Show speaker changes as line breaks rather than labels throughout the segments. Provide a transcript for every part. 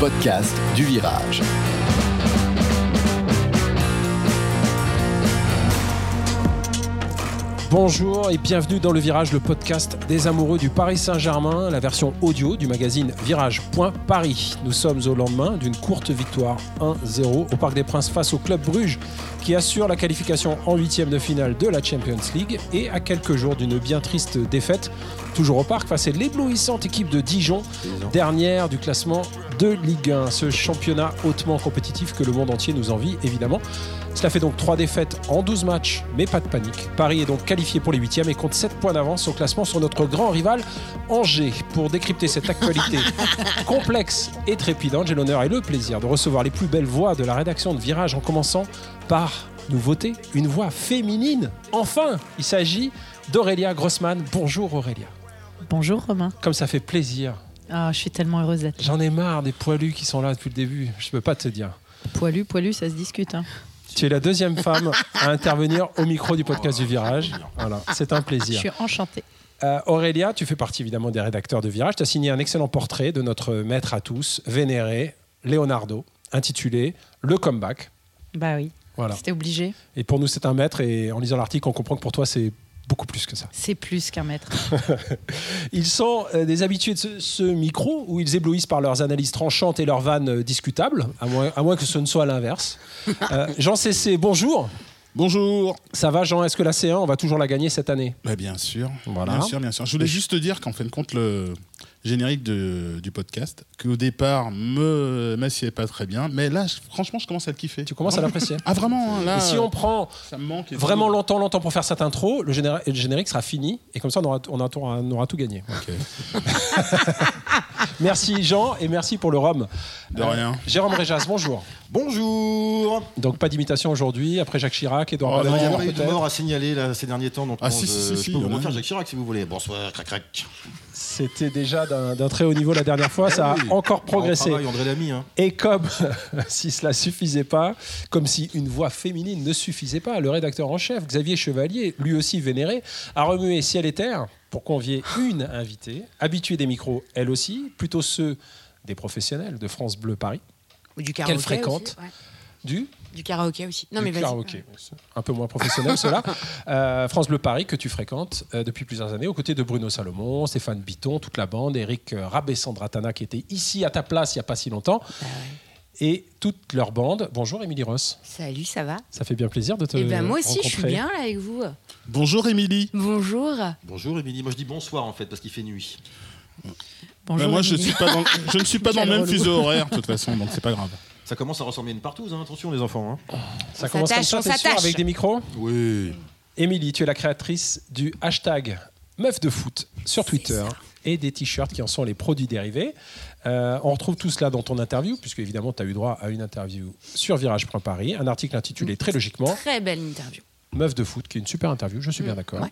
podcast du virage.
Bonjour et bienvenue dans Le Virage, le podcast des amoureux du Paris Saint-Germain, la version audio du magazine Virage.Paris. Nous sommes au lendemain d'une courte victoire 1-0 au Parc des Princes face au club Bruges qui assure la qualification en huitième de finale de la Champions League et à quelques jours d'une bien triste défaite, toujours au Parc, face à l'éblouissante équipe de Dijon, dernière du classement de Ligue 1, ce championnat hautement compétitif que le monde entier nous envie évidemment. Cela fait donc 3 défaites en 12 matchs, mais pas de panique. Paris est donc qualifié pour les huitièmes et compte 7 points d'avance au classement sur notre grand rival Angers. Pour décrypter cette actualité complexe et trépidante, j'ai l'honneur et le plaisir de recevoir les plus belles voix de la rédaction de Virage en commençant par nous voter une voix féminine. Enfin, il s'agit d'Aurélia Grossman. Bonjour Aurélia.
Bonjour Romain.
Comme ça fait plaisir.
Ah, je suis tellement heureuse d'être là.
J'en ai marre des poilus qui sont là depuis le début. Je peux pas te dire.
Poilu, poilu, ça se discute. hein.
Tu es la deuxième femme à intervenir au micro du podcast du Virage. Voilà, c'est un
Je
plaisir.
suis enchantée.
Euh, Aurélia, tu fais partie évidemment des rédacteurs de Virage. Tu as signé un excellent portrait de notre maître à tous, vénéré, Leonardo, intitulé Le Comeback.
Bah oui,
Voilà.
c'était obligé.
Et pour nous, c'est un maître. Et en lisant l'article, on comprend que pour toi, c'est beaucoup plus que ça.
C'est plus qu'un maître.
Ils sont euh, des habitués de ce, ce micro où ils éblouissent par leurs analyses tranchantes et leurs vannes euh, discutables, à moins, à moins que ce ne soit l'inverse. Euh, Jean Cessé, bonjour.
Bonjour.
Ça va, Jean Est-ce que la C1, on va toujours la gagner cette année
Bah, bien sûr.
Voilà.
Bien sûr, bien sûr. Je voulais juste te dire qu'en fin de compte, le générique de- du podcast, qu'au départ, me m'assied pas très bien, mais là, je- franchement, je commence à le kiffer.
Tu commences à l'apprécier.
Ah, vraiment hein, Là,
Et si on prend
ça me manque. et
vraiment
tout.
longtemps, longtemps pour faire cette intro, le, généra- le générique sera fini et comme ça on aura, on aura, tout- on aura tout gagné. merci Jean et merci pour le rhum.
De rien.
Jérôme Réjas, bonjour.
Bonjour
Donc pas d'imitation aujourd'hui, après Jacques Chirac, Edouard
Oh Il n'y a
Balladur,
pas eu de
peut-être.
mort à signaler là, ces derniers temps, donc
Ah,
bon,
si,
je,
si, si,
je
si,
peux
il y
vous
en a
refaire
eu.
Jacques Chirac si vous voulez. Bonsoir, crac crac.
C'était déjà d'un d'un très haut niveau la dernière fois, ça a
Eh oui.
encore progressé.
Grand travail, André Lamy. Hein.
Et comme si cela suffisait pas, comme si une voix féminine ne suffisait pas, le rédacteur en chef, Xavier Chevalier, lui aussi vénéré, a remué ciel et terre pour convier une invitée, habituée des micros elle aussi, plutôt ceux des professionnels de France Bleu Paris,
Ou du karaoké.
Qu'elle fréquente.
aussi, ouais.
du,
Du karaoké aussi. Non,
du
mais vas-y.
karaoké. Un peu moins professionnel, cela. Euh, France Bleu Paris, que tu fréquentes euh, depuis plusieurs années, aux côtés de Bruno Salomon, Stéphane Biton, toute la bande, Eric euh, Rabessandratana, qui était ici à ta place il n'y a pas si longtemps,
Bah
et toute leur bande. Bonjour, Émilie Ross.
Salut, ça va
Ça fait bien plaisir de te
Eh ben moi aussi, je suis
rencontrer.
bien là avec vous.
Bonjour, Émilie.
Bonjour.
Bonjour Émilie, moi je dis bonsoir en fait parce qu'il fait nuit.
Bonjour.
Bah, moi, je,
Émilie.
suis pas dans, je ne suis pas dans le
Quel
même
relou.
fuseau horaire, de toute façon, donc c'est pas grave.
Ça commence à ressembler à une partouze, hein. attention les enfants. hein.
Ça
On
commence comme
s'attache,
ça,
on
t'es sûr,
s'attache.
avec des micros
Oui.
Émilie, tu es la créatrice du hashtag Meuf de foot sur Twitter et des t-shirts qui en sont les produits dérivés. Euh, on retrouve tout cela dans ton interview, puisque évidemment, tu as eu droit à une interview sur Virage.Paris, un article intitulé très logiquement
Très belle interview.
Meuf de foot, qui est une super interview, je suis bien d'accord.
Mmh, ouais.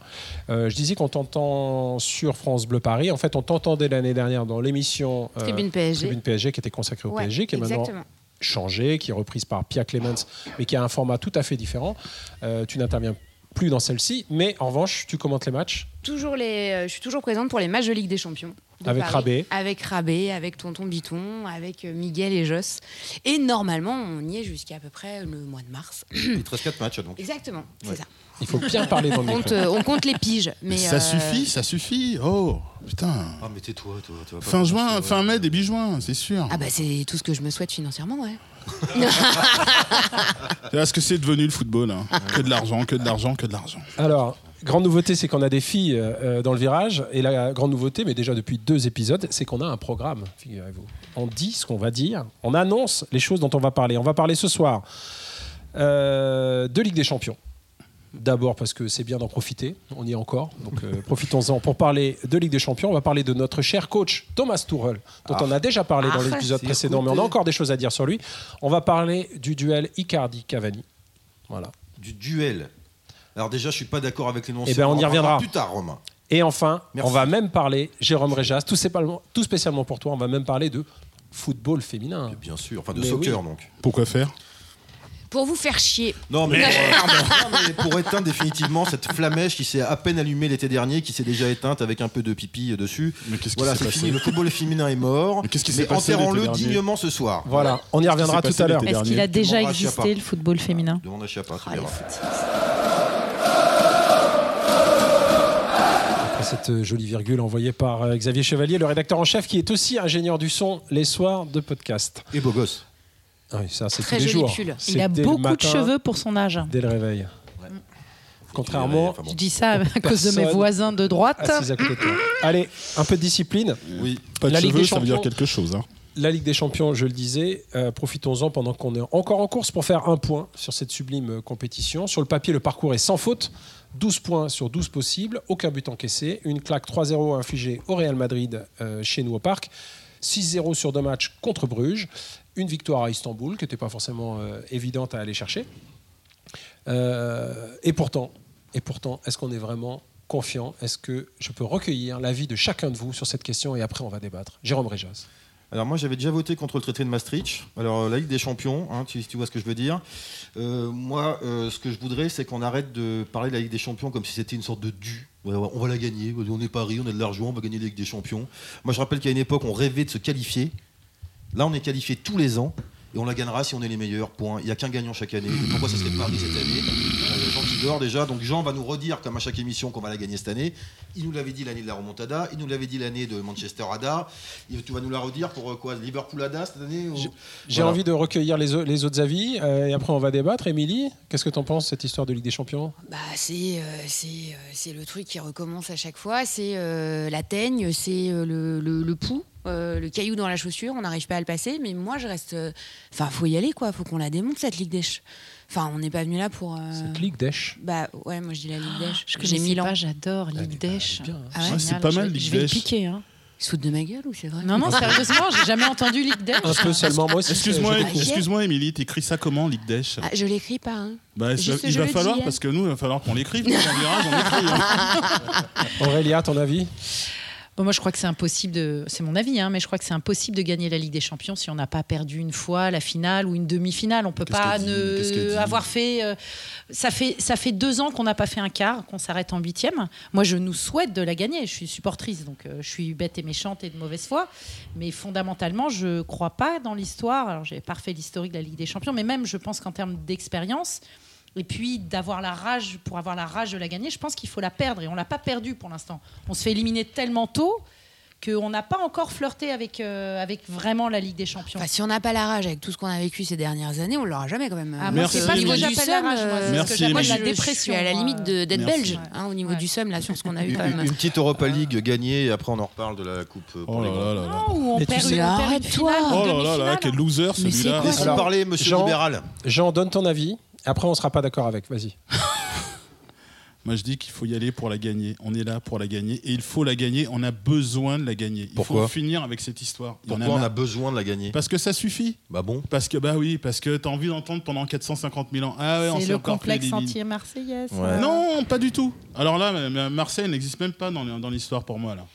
Euh, je disais qu'on t'entend sur France Bleu Paris. En fait, on t'entendait l'année dernière dans l'émission euh,
Tribune PSG.
Tribune PSG, qui était consacrée au
Ouais,
PSG, qui est maintenant
exactement.
changée, qui est reprise par Pia Clemens, mais qui a un format tout à fait différent. Euh, tu n'interviens plus dans celle-ci, mais en revanche, tu commentes les matchs.
Toujours les, euh, je suis toujours présente pour les matchs de Ligue des Champions. de
Avec
Paris.
Rabé.
Avec Rabé, avec Tonton Biton, avec euh, Miguel et Joss. Et normalement, on y est jusqu'à à peu près le mois de mars.
Il te reste 4 matchs donc.
Exactement, c'est
Ouais.
ça.
Il faut bien parler dans
On
le micro.
compte, euh, on compte les piges. Mais,
Mais ça
euh,
suffit, ça suffit. Oh, putain.
Ah mais tais-toi, toi, tu vas pas euh,
Fin juin,
commencer,
fin
ouais.
euh,
mai, début juin, c'est sûr.
Ah bah c'est tout ce que je me souhaite financièrement, ouais.
Est ce que c'est devenu le football. hein. Que de l'argent, que de l'argent, que de l'argent.
Alors, grande nouveauté, c'est qu'on a des filles euh, dans le virage. Et la grande nouveauté, mais déjà depuis deux épisodes, c'est qu'on a un programme, figurez-vous. On dit ce qu'on va dire, on annonce les choses dont on va parler. On va parler ce soir euh, de Ligue des Champions. D'abord parce que c'est bien d'en profiter, on y est encore, donc euh, profitons-en pour parler de Ligue des Champions. On va parler de notre cher coach Thomas Tuchel, dont on a déjà parlé dans l'épisode précédent, mais on a encore des choses à dire sur lui. On va parler du duel Icardi-Cavani. Voilà.
Du duel. Alors déjà je suis pas d'accord avec les noms.
Eh ben, on y reviendra.
Plus tard Romain.
Et enfin,
Merci.
on va même parler, Jérôme Réjas, tout spécialement, tout spécialement pour toi, on va même parler de football féminin.
Bien sûr, enfin de
Mais
soccer donc.
Pourquoi faire
pour vous faire chier.
Non mais, pour, non, mais pour éteindre définitivement cette flamèche qui s'est à peine allumée l'été dernier, qui s'est déjà éteinte avec un peu de pipi euh, dessus.
Mais qu'est-ce qui
Voilà,
s'est
c'est
passé
fini. Le football féminin est mort.
Mais qu'est-ce qui s'est passé l'été
Enterrons-le
dernier
dignement ce soir.
Voilà, on y reviendra
Qu'est-ce
tout
qui s'est
à l'heure.
passé
Est-ce qu'il a
Dernier.
Bon,
déjà
bah, je sais
existé
pas.
le football féminin
Demande à Chiappa,
Ah,
tu
Oh, les
verras.
footies.
Après cette euh, jolie virgule envoyée par euh, Xavier Chevalier, le rédacteur en chef, qui est aussi ingénieur du son les soirs de podcast.
Et beau gosse.
Ah oui, ça, c'est
Très
tous les
joli
jours.
pull. Il a
C'est
Il a
dès le
beaucoup de
matin,
cheveux pour son âge.
Dès le réveil. Contrairement
Enfin,
Je
bon.
dis ça à cause de mes
Personne
voisins de droite.
assis à côté de toi. Allez, un peu de discipline.
Oui.
Pas de
La Ligue
cheveux,
des
ça veut dire
Champions.
quelque chose. hein.
La Ligue des Champions, je le disais, euh, profitons-en pendant qu'on est encore en course pour faire un point sur cette sublime euh, compétition. Sur le papier, le parcours est sans faute. 12 points sur 12 possibles, aucun but encaissé, une claque 3-0 infligée au Real Madrid euh, chez nous au parc, 6-0 sur deux matchs contre Bruges, une victoire à Istanbul qui n'était pas forcément euh, évidente à aller chercher. Euh, et pourtant, et pourtant, est-ce qu'on est vraiment confiant Est-ce que je peux recueillir l'avis de chacun de vous sur cette question et après on va débattre Jérôme Réjas.
Alors moi j'avais déjà voté contre le traité de Maastricht. Alors euh, la Ligue des Champions, hein, tu, tu vois ce que je veux dire. Euh, moi euh, ce que je voudrais c'est qu'on arrête de parler de la Ligue des Champions comme si c'était une sorte de dû. Ouais, ouais, On va la gagner, on est Paris, on a de l'argent, on va gagner la Ligue des Champions. Moi je rappelle qu'à une époque on rêvait de se qualifier. Là on est qualifié tous les ans et on la gagnera si on est les meilleurs. Point. Il n'y a qu'un gagnant chaque année. Et pourquoi ça serait Paris cette année Voilà, Il y a Jean qui dort déjà. Donc Jean va nous redire comme à chaque émission qu'on va la gagner cette année. Il nous l'avait dit l'année de la remontada, il nous l'avait dit l'année de Manchester Ada. Il- tu vas nous la redire pour euh, quoi Liverpool Ada cette année ou-
J'ai
Voilà.
envie de recueillir les, au- les autres avis euh, et après on va débattre. Émilie, qu'est-ce que t'en penses cette histoire de Ligue des Champions
Bah, c'est euh, c'est, euh, c'est le truc qui recommence à chaque fois. C'est euh, la teigne, c'est euh, le, le, le pouls, euh, le caillou dans la chaussure. On n'arrive pas à le passer. Mais moi, je reste. euh, Enfin, faut y aller, quoi. Faut qu'on la démonte cette Ligue des. Ch- Enfin, on n'est pas venu là pour. euh,
Ligue d'Esch.
Bah ouais, moi je dis la Ligue des.
Oh, Je
J'ai
connaissais
Milan.
pas, Ah, j'adore
Elle est
Ligue
pas- elle est
d'Esch.
bien, hein.
Ah ouais
Ouais, c'est pas
je vais-
mal, Ligue
Je vais le
d'Esch.
piquer. hein.
Ils se foutent de ma gueule ou c'est vrai
Non, non, sérieusement, j'ai jamais entendu Ligue d'Esch.
Un peu seulement, moi aussi.
Excuse-moi,
je-
Ah, hier-
excuse-moi, Émilie, t'écris ça comment, Ligue Desch
Ah, je l'écris pas. Hein.
Bah, ça-
juste
Il
je
va
le
falloir,
dis, hein.
parce que nous, il va falloir qu'on l'écrive. parce qu'en virage, on l'écrit, hein.
Aurélia, ton avis
Bon, moi, je crois que c'est impossible de. C'est mon avis, hein, mais je crois que c'est impossible de gagner la Ligue des Champions si on n'a pas perdu une fois la finale ou une demi-finale. On peut
Qu'est-ce
pas
qu'elle dit Qu'est-ce qu'elle
ne
dit
avoir fait, euh, ça fait. Ça fait deux ans qu'on n'a pas fait un quart, qu'on s'arrête en huitième. Moi, je nous souhaite de la gagner. Je suis supportrice, donc euh, je suis bête et méchante et de mauvaise foi. Mais fondamentalement, je crois pas dans l'histoire. Alors, j'ai pas refait l'historique de la Ligue des Champions, mais même, je pense qu'en termes d'expérience. Et puis d'avoir la rage, pour avoir la rage de la gagner, je pense qu'il faut la perdre. Et on l'a pas perdue pour l'instant. On se fait éliminer tellement tôt qu'on n'a pas encore flirté avec, euh, avec vraiment la Ligue des Champions.
Enfin, si on n'a pas la rage avec tout ce qu'on a vécu ces dernières années, on l'aura jamais quand même.
Ah,
moi, c'est Merci, pas ce que
Au niveau du
j'appelle la rage,
seum,
moi, c'est ce que
Merci,
moi,
j'appelle la
je- je
dépression,
suis à la
moi.
limite de- d'être
Merci.
belge hein, au niveau
Ouais.
du seum là sur ce qu'on a
une,
vu quand même.
une petite Europa League gagnée et après on en reparle de la coupe. euh, pour
Oh
les
là
grands.
là là là.
Non, ou on
Mais tu
perd
sais-
une, on perd une
Arrête-toi.
finale,
Oh
une
là là là,
demi-finale. hein.
quel loser celui-là.
quoi,
Laissez
Alors,
parler monsieur
Jean-
libéral.
Jean, donne ton avis. Après, on sera pas d'accord avec. Vas-y.
Moi, je dis qu'il faut y aller pour la gagner. On est là pour la gagner et il faut la gagner. On a besoin de la gagner. Il
Pourquoi
faut finir avec cette histoire. Il y en
Pourquoi on a
marre.
besoin de la gagner
Parce que ça suffit.
Bah bon.
Parce que bah oui, parce que t'as envie d'entendre pendant 450 000 ans. Ah ouais, on
C'est
s'est
le
encore fait
complexe
éliminer.
anti-marseillais. ça.
Ouais.
Non, pas du tout. Alors là, ma- ma- Marseille n'existe même pas dans les- dans l'histoire pour moi là.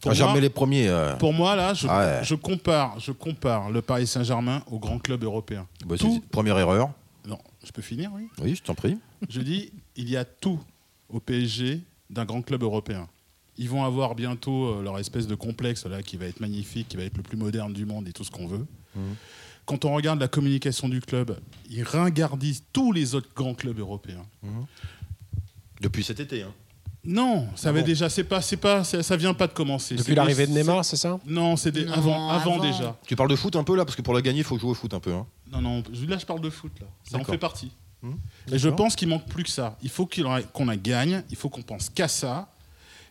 Pour,
Ah, J'ai
moi,
remis les premiers. euh,
pour moi, là, je,
Ah ouais.
je compare, je compare le Paris Saint-Germain aux grands clubs européens.
bah, c'est-
tout.
Première erreur.
Non, je peux finir, oui.
Oui, je t'en prie.
Je dis, il y a tout au PSG d'un grand club européen. Ils vont avoir bientôt euh, leur espèce de complexe là, qui va être magnifique, qui va être le plus moderne du monde et tout ce qu'on veut.
Mmh.
Quand on regarde la communication du club, ils ringardisent tous les autres grands clubs européens.
Depuis cet été. hein.
Non, ça
Ah
va
bon
déjà, c'est pas, c'est pas, ça, ça vient pas de commencer. C'est
Depuis l'arrivée de
des-
Neymar, c'est ça
c'est- Non, c'est des-
Non,
avant, avant,
avant.
déjà.
Tu parles de foot un peu là parce que pour la gagner il faut jouer au foot un peu. hein.
Non, non, je- là je parle de foot, là. Ça en
D'accord.
fait partie.
Mmh.
Et je
D'accord.
pense qu'il manque plus que ça. Il faut qu'il aura- qu'on la gagne, il faut qu'on pense qu'à ça.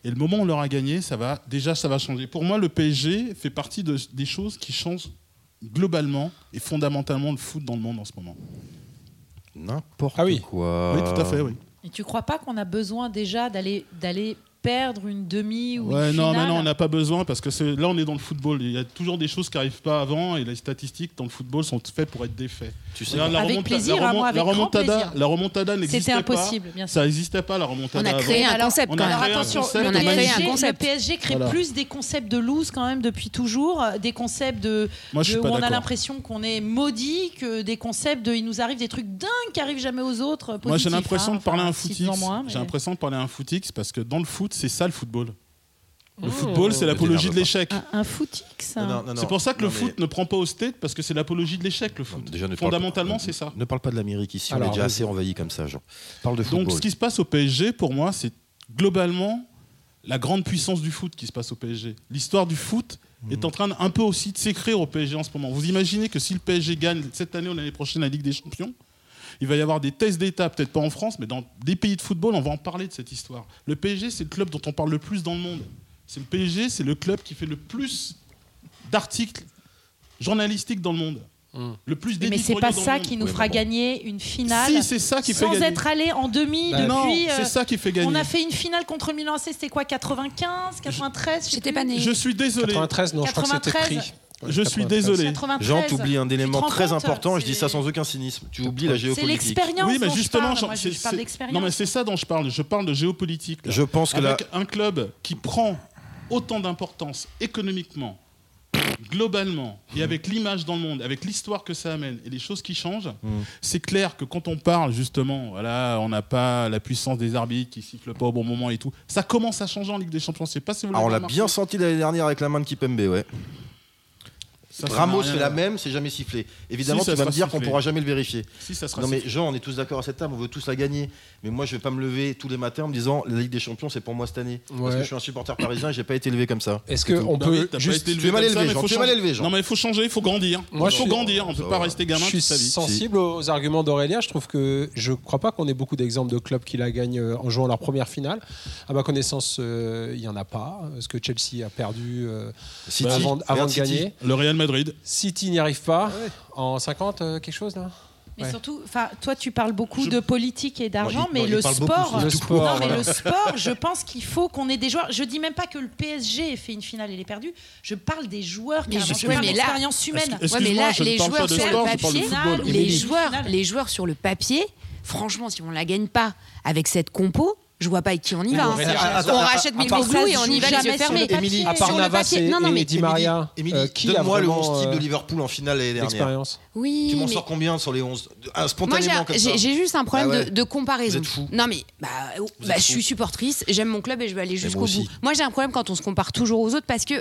Et le moment où on l'aura gagné, ça va, déjà ça va changer. Pour moi, le PSG fait partie de- des choses qui changent globalement et fondamentalement le foot dans le monde en ce moment.
N'importe
Ah oui.
quoi. Euh.
Oui, tout à fait, oui.
Et tu crois pas qu'on a besoin déjà d'aller d'aller perdre une demi ou
Ouais,
une
non, mais
finale.
non, on n'a pas besoin parce que c'est- là, on est dans le football. Il y a toujours des choses qui n'arrivent pas avant et les statistiques dans le football sont faites pour être défaites.
Tu sais,
Regarde, la
Avec
remonta-
plaisir,
la
hein, moi,
remon- la
avec grand
remontada,
plaisir.
la remontada n'existait
C'était
pas.
impossible, bien sûr.
Ça n'existait pas la remontada.
On a
avant.
créé un
Alors-
concept
on
quand
a
même.
Alors
créé un
attention,
concept,
le
on a créé un
PSG, le
concept.
PSG crée
Voilà.
plus des concepts de lose quand même depuis toujours, euh, des concepts de,
Moi, je
de-
suis
où
pas
on a
d'accord.
l'impression qu'on est maudit, que des concepts de il nous arrive des trucs dingues qui arrivent jamais aux autres. euh,
Moi, j'ai
positifs,
l'impression
hein,
de parler à
enfin,
un
si,
footix.
de moins en moins, mais-
J'ai l'impression de parler à un footix parce que dans le foot, c'est ça le football. Le
Oh.
football, c'est l'apologie de
t'énerve
l'échec.
Un, un footix hein.
Ah
C'est pour ça que le
foot
foot ne prend pas au state parce que c'est l'apologie de l'échec, le foot.
Déjà, ne parle pas-
Fondamentalement, c'est ça.
Ne parle pas de l'Amérique ici, on
Alors,
est déjà
vas-y.
assez envahi comme ça, Jean. Parle de football.
Donc, ce qui se passe au PSG, pour moi, c'est globalement la grande puissance du foot qui se passe au PSG. L'histoire du foot est en train de- un peu aussi de s'écrire au PSG en ce moment. Vous imaginez que si le PSG gagne cette année ou l'année prochaine la Ligue des Champions, il va y avoir des tests d'État, peut-être pas en France, mais dans des pays de football, on va en parler de cette histoire. Le PSG, c'est le club dont on parle le plus dans le monde. C'est le PSG, c'est le club qui fait le plus d'articles journalistiques dans le monde.
Mm.
Le plus
Mais c'est
d'éditoriaux
pas
dans le
ça
monde.
qui nous
Oui, mais
fera
bon.
gagner une finale
Si, c'est ça qui fait
sans
gagner.
être allé en demi
Bah,
non,
depuis. euh,
c'est ça qui fait gagner.
on a fait une finale contre Milan AC, c'était quoi 95, 93 je sais
J'étais
plus.
pas née.
Je suis désolé.
93, non, je crois que c'était
93.
pris.
Je suis
93.
désolé.
93.
Jean, t'oublies un élément
rends
très
compte
important, et je
C'est-
dis ça sans aucun cynisme. Tu oublies la
C'est
géopolitique.
l'expérience.
Oui, mais
dont je
justement,
parle.
Jean,
Moi, je,
c'est-
je parle
c'est-
d'expérience.
Non, mais c'est ça dont je parle. Je parle de géopolitique. là.
Je pense que là,
Avec un club qui prend autant d'importance économiquement, globalement,
Mmh.
et avec l'image dans le monde, avec l'histoire que ça amène et les choses qui changent,
Mmh.
c'est clair que quand on parle justement, voilà, on n'a pas la puissance des arbitres qui sifflent pas au bon moment et tout, ça commence à changer en Ligue des Champions. Je sais pas si vous
ah,
l'avez
on l'a
remarqué.
bien senti l'année dernière avec la main de Kipembe, ouais.
Ça, ça n'a
Ramos
rien
fait
à
la
voir.
même, c'est jamais sifflé. Évidemment,
Si, ça
tu vas
sera
me dire qu'on
sifflé.
pourra jamais le vérifier.
Si, ça sera
Non mais
sifflé.
Jean, on est tous d'accord à cette table, on veut tous la gagner. Mais moi, je vais pas me lever tous les matins en me disant la Ligue des Champions, c'est pour moi cette année. Parce
Ouais.
que je suis un supporter parisien, et j'ai pas été élevé comme ça.
Est-ce
C'est tout.
qu'on
Non, mais
peut
t'as pas
juste
été
Tu es mal
comme
élevé,
mais
Jean,
faut
tu es mal
changer.
élevé, Jean.
Non mais il faut changer, il faut grandir.
Moi,
Moi,
je
il faut
suis- Euh,
grandir, on ne
Ça
peut
va.
pas rester gamin
Je
toute
suis
sa vie.
sensible aux arguments d'Aurélien. Je trouve que je ne crois pas qu'on ait beaucoup d'exemples de clubs qui la gagnent euh, en jouant leur première finale. À ma connaissance, euh, il y n'y en a pas. Parce que Chelsea a perdu euh,
City,
avant, avant
regarde
de
City.
gagner.
Le Real Madrid.
City n'y arrive pas.
Ah
En 50, euh, quelque chose, là
Mais
Ouais.
surtout, enfin, toi, tu parles beaucoup
Je-
de politique et d'argent,
il-
mais
non, il
le
parle beaucoup,
sport. euh,
c'est
Le
tout.
sport,
non, mais
voilà.
le sport, je pense qu'il faut qu'on ait des joueurs. Je dis même pas que le PSG ait fait une finale et l'ait perdue. Je parle des joueurs qui
Mais
avancent.
je-
Je
ouais,
parle
mais là-
d'expérience humaine.
Est-ce-
Ouais, mais
Excuse-moi,
là,
je ne
les
parle pas
joueurs
de
sur le
sport, je parle de
papier,
football.
les
Émilie.
joueurs, les joueurs sur le papier, franchement, si on la gagne pas avec cette compo, je vois pas avec qui on y va. hein.
Aurélie,
on rachète mes clous et on y va les yeux fermés.
Émilie,
À part
Sur le
Navas
papier-
et,
non, non,
et
mais-
Di Maria,
Émilie,
euh, qui a
donne-moi le
vraiment
11 type
euh,
de Liverpool en finale l'année dernière.
d'expérience
Oui,
Tu m'en
mais-
sors combien sur les 11 Ah,
Moi,
Spontanément comme ça.
j'ai- j'ai j'ai juste un problème
Bah ouais.
de, de comparaison.
Vous êtes fous.
Non, mais bah, oh,
Vous
bah,
êtes
je suis
fous.
supportrice, j'aime mon club et je vais aller jusqu'au
moi
bout.
aussi.
Moi, j'ai un problème quand on se compare toujours aux autres parce que.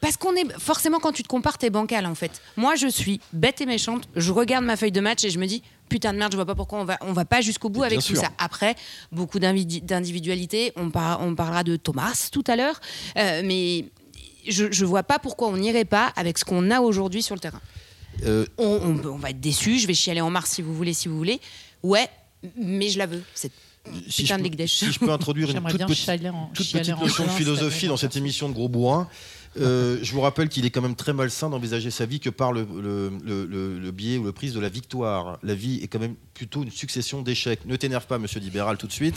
Parce qu'on est forcément quand tu te compares t'es bancal en fait. Moi je suis bête et méchante. Je regarde ma feuille de match et je me dis putain de merde je vois pas pourquoi on va on va pas jusqu'au bout
Bien
avec
sûr.
tout ça. Après beaucoup d'invidi- d'individualité. On, par- on parlera de Thomas tout à l'heure, Euh, mais je, je vois pas pourquoi on n'irait pas avec ce qu'on a aujourd'hui sur le terrain
Euh,
on, on peut- on va être déçu, je vais chialer en mars si vous voulez, si vous voulez. Ouais, mais je la veux, cette
si je
putain de
peux-
Ligue des
Si je peux introduire une
J'aimerais
toute
bien
petite,
chialer en
toute
chialer
petite
en
notion de
juin, ça
philosophie
fait
dans cette émission de gros bourrin. Euh, je vous rappelle qu'il est quand même très malsain d'envisager sa vie que par le, le- le- le- le biais ou le prise de la victoire. La vie est quand même plutôt une succession d'échecs. Ne t'énerve pas, monsieur Libéral, tout de suite.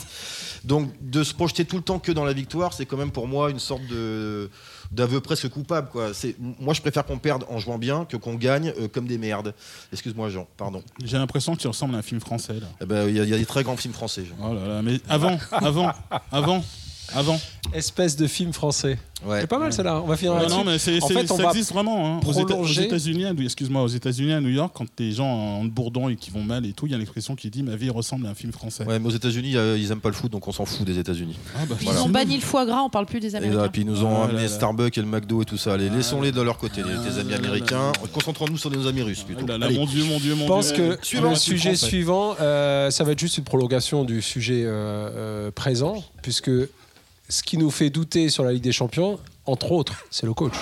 Donc, de se projeter tout le temps que dans la victoire, c'est quand même pour moi une sorte de d'aveu presque coupable. Quoi. C'est- Moi, je préfère qu'on perde en jouant bien que qu'on gagne euh, comme des merdes. Excuse-moi, Jean, pardon.
J'ai l'impression que tu ressembles à un film français là.
Eh ben, Il y, a- il y a des très grands films français, Jean.
Oh là là, mais avant, avant, avant, avant.
Espèce de film français.
Ouais.
C'est pas mal, celle-là. On va finir
Non,
là-dessus.
non, mais c'est,
Euh, En
c'est-
fait, on
ça
va
existe vraiment. hein. Aux Éta- Aux
prolonger-
États-Unis, à New- excuse-moi, aux États-Unis, à New York, quand les gens en bourdon et qui vont mal et tout, il y a l'expression qui dit ma vie ressemble à un film français.
Ouais, mais aux États-Unis, euh, ils aiment pas le foot, donc on s'en fout des États-Unis.
Ah, bah,
Ils
voilà.
ont banni le foie gras, on parle plus des
Et là,
Américains.
puis ils nous ont
Ah
amené
là là.
Starbucks et le McDo et tout ça. Allez,
Ah
laissons-les de leur côté, les, les amis
là là
américains. Concentrons-nous sur nos amis russes plutôt.
Ah
Oh là là,
Allez.
mon Dieu, mon Dieu, mon
Je pense
Dieu.
que le sujet suivant, euh, ça va être juste une prolongation du sujet euh, euh, présent, puisque ce qui nous fait douter sur la Ligue des Champions, entre autres, c'est le coach.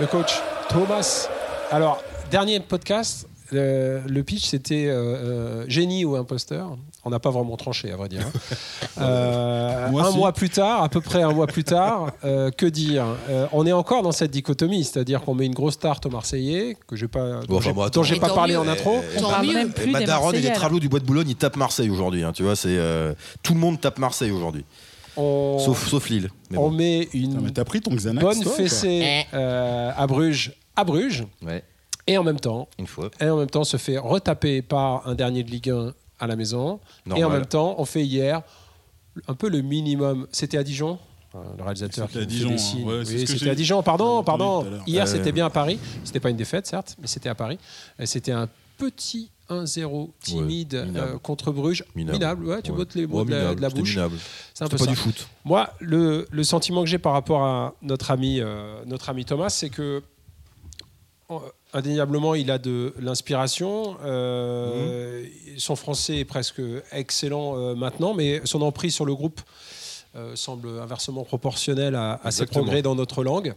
Le coach Thomas. Alors, dernier podcast, euh, le pitch, c'était euh, euh, génie ou imposteur. On n'a pas vraiment tranché, à vrai dire. hein. Euh,
Moi,
un
si.
mois plus tard, à peu près un mois plus tard, euh, que dire Euh, On est encore dans cette dichotomie, c'est-à-dire qu'on met une grosse tarte aux Marseillais, que j'ai pas, dont
enfin,
j'ai-
bon, attends. Eh,
dont j'ai
Mais
pas
tant
parlé
mieux.
en intro.
On parle
mieux.
même plus des
Madaron et les
Marseillais, là.
travaux du bois de Boulogne, ils tapent Marseille aujourd'hui. hein, tu vois, c'est euh, tout le monde tape Marseille aujourd'hui,
On,
eh. sauf sauf Lille. Mais
on
bon.
met
Putain,
une
mais t'as pris ton Xanax
bonne
toi, ou quoi
fessée
Eh.
euh, à Bruges, à Bruges,
Ouais,
et en même temps,
une fois.
et en même temps se fait retaper par un dernier de Ligue 1 à la maison. Et en
Normal.
même temps, on fait hier un peu le minimum. C'était à Dijon Euh, le réalisateur
C'était à
qui nous fait
Dijon,
des signes.
hein. Ouais, c'est
Oui,
ce que
c'était
j'ai-
à Dijon,
j'ai
pardon,
entendu
pardon.
tout à l'heure.
Hier,
Euh,
c'était bien à Paris. C'était pas une défaite, certes, mais c'était à Paris. Et C'était un petit 1-0 timide
Ouais, minable.
euh, contre Bruges. Minable,
Minable.
ouais, tu
Ouais.
bottes les mots
Ouais,
de, la,
minable,
de la
c'était
bouche.
minable.
C'est un peu
C'était
ça.
pas du foot.
Moi, le, le sentiment que j'ai par rapport à notre ami, euh, notre ami Thomas, c'est que en- indéniablement, il a de l'inspiration. euh,
Mhm.
Son français est presque excellent euh, maintenant, mais son emprise sur le groupe euh, semble inversement proportionnelle à, à ses
Exactement.
progrès dans notre langue.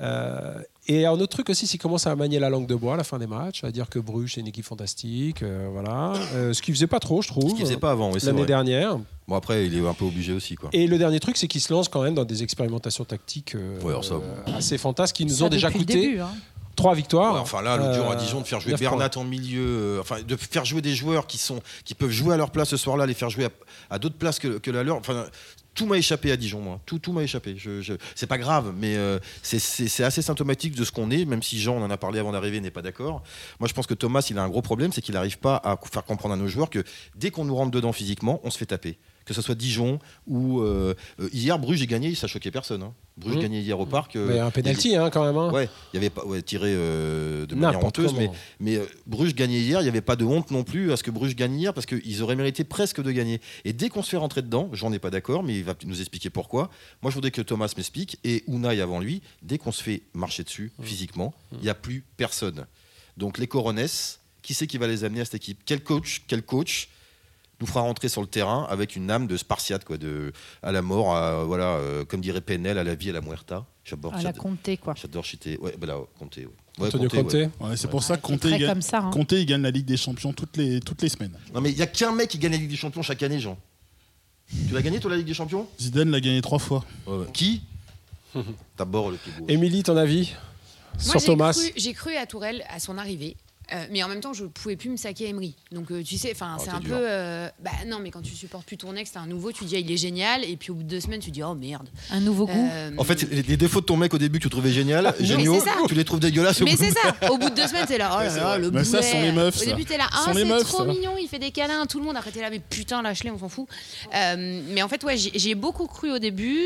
Euh, et un autre truc aussi, c'est qu'il commence à manier la langue de bois à la fin des matchs, à dire que Bruges c'est une équipe fantastique, euh, voilà. Euh, ce qu'il faisait pas trop, je trouve,
Ce qu'ils faisaient pas avant, oui, c'est
Oh, l'année
vrai.
dernière.
Bon après, il est un peu obligé aussi, quoi.
Et le dernier truc, c'est qu'ils se lancent quand même dans des expérimentations tactiques euh,
Ouais, alors ça,
euh, assez fantasques qui nous
Ça,
ont déjà
depuis le
coûté
début, hein.
trois victoires.
Ouais, enfin là, l'autre jour à
Euh,
Dijon, de faire jouer
neuf points.
Bernat en milieu, euh, enfin de faire jouer des joueurs qui sont qui peuvent jouer à leur place ce soir-là, les faire jouer à, à d'autres places que, que la leur. Enfin, tout m'a échappé à Dijon, moi. Tout, tout m'a échappé. Je, je- c'est pas grave, mais euh, c'est- c'est c'est assez symptomatique de ce qu'on est. Même si Jean, on en a parlé avant d'arriver, n'est pas d'accord. Moi, je pense que Thomas, il a un gros problème, c'est qu'il n'arrive pas à faire comprendre à nos joueurs que dès qu'on nous rentre dedans physiquement, on se fait taper. Que ce soit Dijon ou euh, euh, hier, Bruges, j'ai gagné, ça choquait personne. hein. Bruges
Mhm.
gagnait hier au parc. euh,
Mais un penalty hein, quand même. hein.
Ouais, il y avait pas ouais, tiré euh, de manière
N'importe
honteuse,
comment.
mais, mais euh, Bruges gagnait hier. Il n'y avait pas de honte non plus à ce que Bruges gagne hier parce qu'ils auraient mérité presque de gagner. Et dès qu'on se fait rentrer dedans, j'en ai pas d'accord, mais il va nous expliquer pourquoi. Moi, je voudrais que Thomas m'explique et Unai avant lui. Dès qu'on se fait marcher dessus
Mmh.
physiquement, il n'y a plus personne. Donc les coronets, qui c'est qui va les amener à cette équipe Quel coach Quel coach nous fera rentrer sur le terrain avec une âme de Spartiate, quoi, de à la mort, à, voilà, euh, comme dirait Penel, à la vie, à la muerta. J'aborde
à la Comté, quoi.
J'adore citer. Ouais, bah là, Comté. Ouais. Ouais,
Antonio Conte.
ouais.
Ouais, c'est pour ça que
Ouais, c'est
Comté,
très
il gagne-
comme ça, hein.
Comté, il gagne la Ligue des Champions toutes les, toutes les semaines.
Non, mais il n'y a qu'un mec qui gagne la Ligue des Champions chaque année, Jean. Tu l'as gagné, toi, la Ligue des Champions
Zidane l'a gagné trois fois.
Qui D'abord, le plus beau.
Émilie, ton avis
Moi,
sur
j'ai
Thomas
cru- J'ai cru, à Tourelle à son arrivée. euh, mais en même temps, je pouvais plus me saquer à Emery. Donc, euh, tu sais, enfin,
Oh,
c'est
t'es
un
dur.
peu. euh, bah non, mais quand tu supportes plus ton ex, t'as un nouveau, tu dis ah, il est génial, et puis au bout de deux semaines, tu dis oh merde.
Un nouveau goût.
Euh,
En fait, les, les défauts de ton mec au début que tu trouvais génial,
mais
géniaux,
c'est ça.
tu les trouves dégueulasses. au
mais
bout.
c'est ça. Au bout de deux semaines, t'es là oh là là, le
Mais ça,
boulet.
ce sont les meufs,
Au
ça.
début, t'es là
Ce
ah
sont les
c'est
meufs,
trop
ça.
mignon, il fait des câlins, à tout le monde arrêtez là, mais putain lâche-les, on s'en fout. Euh, mais en fait, ouais, j'ai j'ai beaucoup cru au début.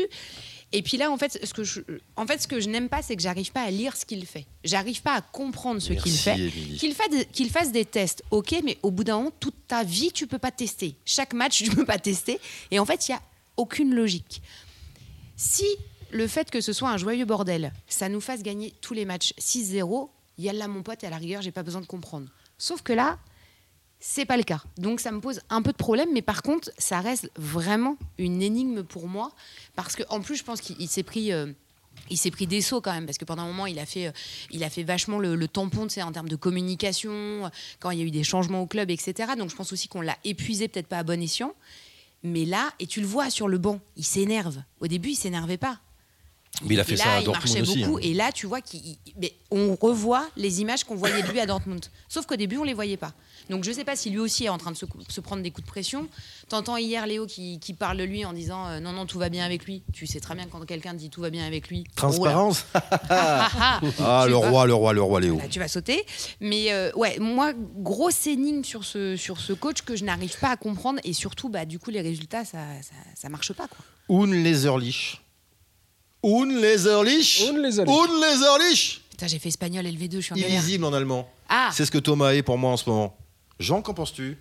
Et puis là, en fait, ce que je, en fait, ce que je n'aime pas, c'est que j'arrive pas à lire ce qu'il fait. J'arrive pas à comprendre ce qu'il
Merci,
fait.
Émilie.
Qu'il fasse, qu'il fasse des tests, ok, mais au bout d'un moment, toute ta vie, tu peux pas tester. Chaque match, tu peux pas tester. Et en fait, il y a aucune logique. Si le fait que ce soit un joyeux bordel, ça nous fasse gagner tous les matchs 6-0, y a là mon pote, et à la rigueur, j'ai pas besoin de comprendre. Sauf que là, c'est pas le cas. Donc ça me pose un peu de problème, mais par contre, ça reste vraiment une énigme pour moi, parce que en plus, je pense qu'il il s'est pris. euh, il s'est pris des sauts quand même parce que pendant un moment il a fait, euh, il a fait vachement le, le tampon tu sais, en termes de communication euh, quand il y a eu des changements au club etc. Donc je pense aussi qu'on l'a épuisé peut-être pas à bon escient, mais là et tu le vois sur le banc il s'énerve. Au début il s'énervait pas.
Mais il a fait
Et là,
ça à
il
Dortmund
marchait
aussi.
beaucoup
hein.
et là tu vois qu'il, il- mais on revoit les images qu'on voyait de lui à Dortmund. Sauf qu'au début on les voyait pas. Donc je sais pas si lui aussi est en train de se, cou- se prendre des coups de pression. T'entends hier Léo qui, qui parle de lui en disant euh, non non tout va bien avec lui. Tu sais très bien quand quelqu'un dit tout va bien avec lui. oh
Transparence
Ah, ah, ah.
Ah,
Je sais
le
pas.
roi, le roi, le roi Léo.
Là, bah, tu vas sauter. Mais euh, ouais, moi, grosse énigme sur ce, sur ce coach que je n'arrive pas à comprendre. Et surtout, bah, du coup, les résultats, ça, ça, ça marche pas. Quoi.
Un Laserlich. Un Laserlich.
Un Laserlich.
Un Laserlich.
Putain, j'ai fait espagnol LV2, je suis en galère.
Illisible en allemand.
Ah,
C'est ce que Thomas est pour moi en ce moment. Jean, qu'en penses-tu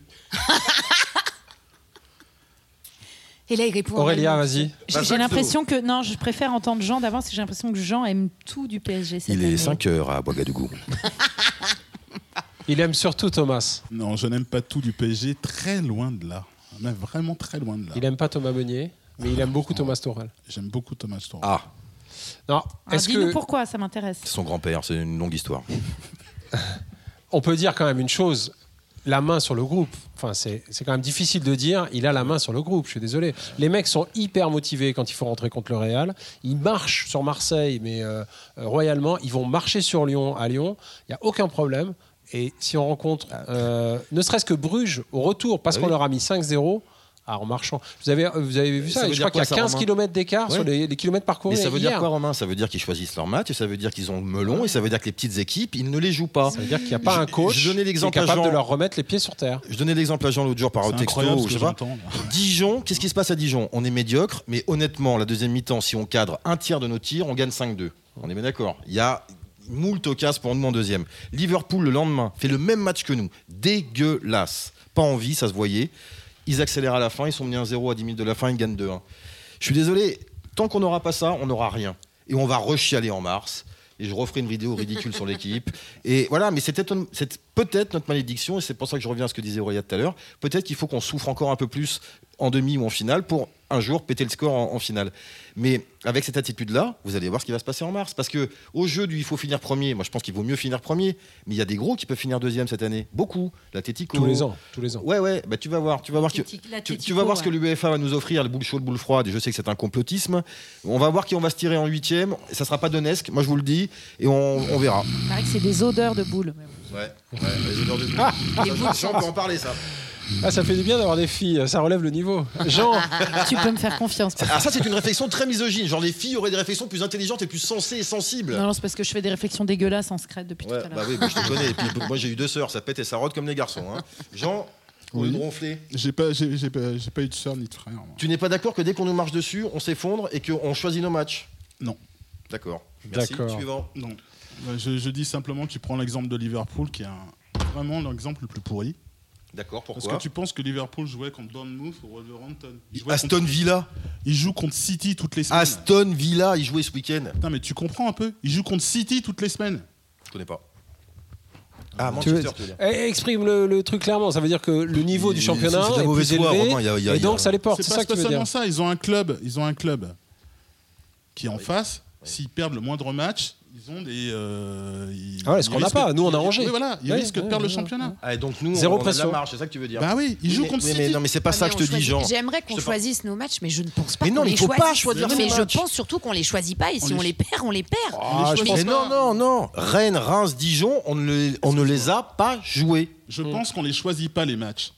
et là, il répond. en
Aurélia,
allemand.
vas-y.
J'ai- J'ai l'impression que. Non, je préfère entendre Jean d'avant parce que j'ai l'impression que Jean aime tout du PSG. cette
Il
année.
est 5h à Ouagadougou.
Il aime surtout Thomas.
Non, je n'aime pas tout du PSG, très loin de là. Mais vraiment très loin de là.
Il aime pas Thomas Meunier, mais il aime beaucoup Thomas Torel.
J'aime beaucoup Thomas Tuchel.
Ah,
Non,
Alors,
est-ce
Dis-nous
que
pourquoi, ça m'intéresse.
c'est son grand-père, c'est une longue histoire.
on peut dire quand même une chose. La main sur le groupe. Enfin, c'est c'est quand même difficile de dire. Il a la main sur le groupe. Je suis désolé. Les mecs sont hyper motivés quand il faut rentrer contre le Real. Ils marchent sur Marseille, mais euh, euh, royalement. Ils vont marcher sur Lyon, à Lyon. Il n'y a aucun problème. Et si on rencontre, euh, ne serait-ce que Bruges au retour, parce
Ah
qu'on
oui.
leur a mis 5-0. ah, en marchant. Vous avez, vous avez vu
Ça
ça,
veut
Je
dire
crois qu'il y a
quoi, ça,
15
Romain
km d'écart sur
Ouais.
les, les kilomètres parcourus.
Mais ça veut
hier.
dire quoi, Romain Ça veut dire qu'ils choisissent leur match, et ça veut dire qu'ils ont le melon, et ça veut dire que les petites équipes, ils ne les jouent pas.
Ça veut dire qu'il n'y a pas
Je-
un coach
je donnais l'exemple
qui est
à
capable
Jean.
de leur remettre les pieds sur terre.
Je donnais l'exemple à Jean l'autre jour par
C'est
texto,
incroyable ce
ou je
que
sais pas.
j'entends. là.
Dijon, qu'est-ce qui se passe à Dijon On est médiocre, mais honnêtement, la deuxième mi-temps, si on cadre un tiers de nos tirs, on gagne 5-2. On est bien d'accord. Il y a moult occasions pour nous en deuxième. Liverpool, le lendemain, fait le même match que nous. Dégueulasse. Pas envie, ça se voyait. Ils accélèrent à la fin, ils sont menés 1-0 à 10 minutes de la fin, ils gagnent 2-1. Je suis désolé, tant qu'on n'aura pas ça, on n'aura rien. Et on va rechialer en mars. Et je referai une vidéo ridicule sur l'équipe. Et voilà, mais c'était c'est peut-être notre malédiction, et c'est pour ça que je reviens à ce que disait Aurélia tout à l'heure. Peut-être qu'il faut qu'on souffre encore un peu plus en demi ou en finale pour un jour péter le score en, en finale. Mais avec cette attitude-là, vous allez voir ce qui va se passer en mars. Parce que au jeu du il faut finir premier, moi je pense qu'il vaut mieux finir premier. Mais il y a des gros qui peuvent finir deuxième cette année. Beaucoup. L'Atletico.
Tous les ans, tous les ans.
Ouais, ouais, bah, tu vas voir. Tu vas voir que-
L'Atletico,
tu, tu vas voir ce que
ouais.
l'UEFA va nous offrir, le boule chaude, boule froide. et Je sais que c'est un complotisme. On va voir qui on va se tirer en huitième. Ça sera pas Donetsk, moi je vous le dis, et on, on verra.
Il paraît que c'est des odeurs de boules. mais bon.
Ouais, ouais, les odeurs de boule. Ça, ça, on peut en parler, ça.
Ah, ça fait du bien d'avoir des filles, ça relève le niveau. Jean,
tu peux me faire confiance.
Ah, ça, c'est une réflexion très misogyne. Genre, les filles auraient des réflexions plus intelligentes et plus sensées et sensibles.
Non, non, c'est parce que je fais des réflexions dégueulasses en secret depuis
Ouais,
tout à l'heure.
bah oui, bah, je te connais. Et puis, moi, j'ai eu deux sœurs, ça pète et ça rôde comme les garçons. hein. Jean, au lieu de
Oui.
ronfler.
J'ai pas, j'ai- j'ai pas, j'ai pas eu de sœur ni de frère. moi.
Tu n'es pas d'accord que dès qu'on nous marche dessus, on s'effondre et qu'on choisit nos matchs
Non.
D'accord. Merci.
D'accord.
Suivant.
Non. Bah, Je, je dis simplement que tu prends l'exemple de Liverpool, qui est un- vraiment l'exemple le plus pourri.
D'accord,
Parce
pourquoi Ah,
que tu penses que Liverpool jouait contre Bournemouth ou Wolverhampton. Ils jouaient contre-
Aston Villa.
ils jouent contre City toutes les
Ah,
semaines.
Aston Villa, il jouait ce week-end.
Non, mais tu comprends un peu Ils jouent contre City toutes les semaines.
Je connais pas. Ah,
tu veux-
Manchester, tu veux dire.
eh, exprime le, le truc clairement. Ça veut dire que le niveau
Il-
du
il-
championnat
c'est de
est,
la mauvaise
plus
foi,
élevé,
Romain, il y a- il y a-
et donc
il y a-
ça les porte.
C'est
C'est
pas
ça que tu veux dire.
seulement ça, ils ont un club, ils ont un club qui est en face, s'ils perdent le moindre match, ils ont des euh, ils-
Ah ouais, ce
ils
qu'on n'a
risquent-
pas, nous, on a
ils-
Angers.
oui, voilà, ils
Ouais,
risquent de
ouais,
perdre le
ouais,
championnat.
Ah, et donc nous,
Zéro
on, on a de la
pression.
marge, c'est ça que tu veux dire.
Bah oui, ils
Mais-
jouent
mais-
contre
mais,
City.
non, mais c'est pas
Ah,
ça
mais
que
on
je te dis,
choisit-
Jean.
J'aimerais qu'on
Je te parle-
choisisse nos matchs, mais je ne pense pas.
Mais
qu'on
non, mais
les
faut pas
choisisse.
choisir
Non,
ses
mais je
matchs.
pense surtout qu'on les choisit pas. Et si
On
on,
les-
les perd, on les perd.
Ah, je
Mais-
pense
Mais non, non, non. Rennes, Reims, Dijon, on ne les, on ne les a pas joués.
Je pense qu'on les choisit pas les matchs.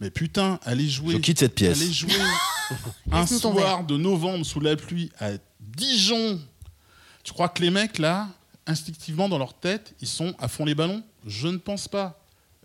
Mais putain, aller jouer,
Je quitte cette pièce.
aller jouer un
Laisse-nous ton
soir de novembre sous la pluie à Dijon. Tu crois que les mecs là, instinctivement dans leur tête, ils sont à fond les ballons Je ne pense pas.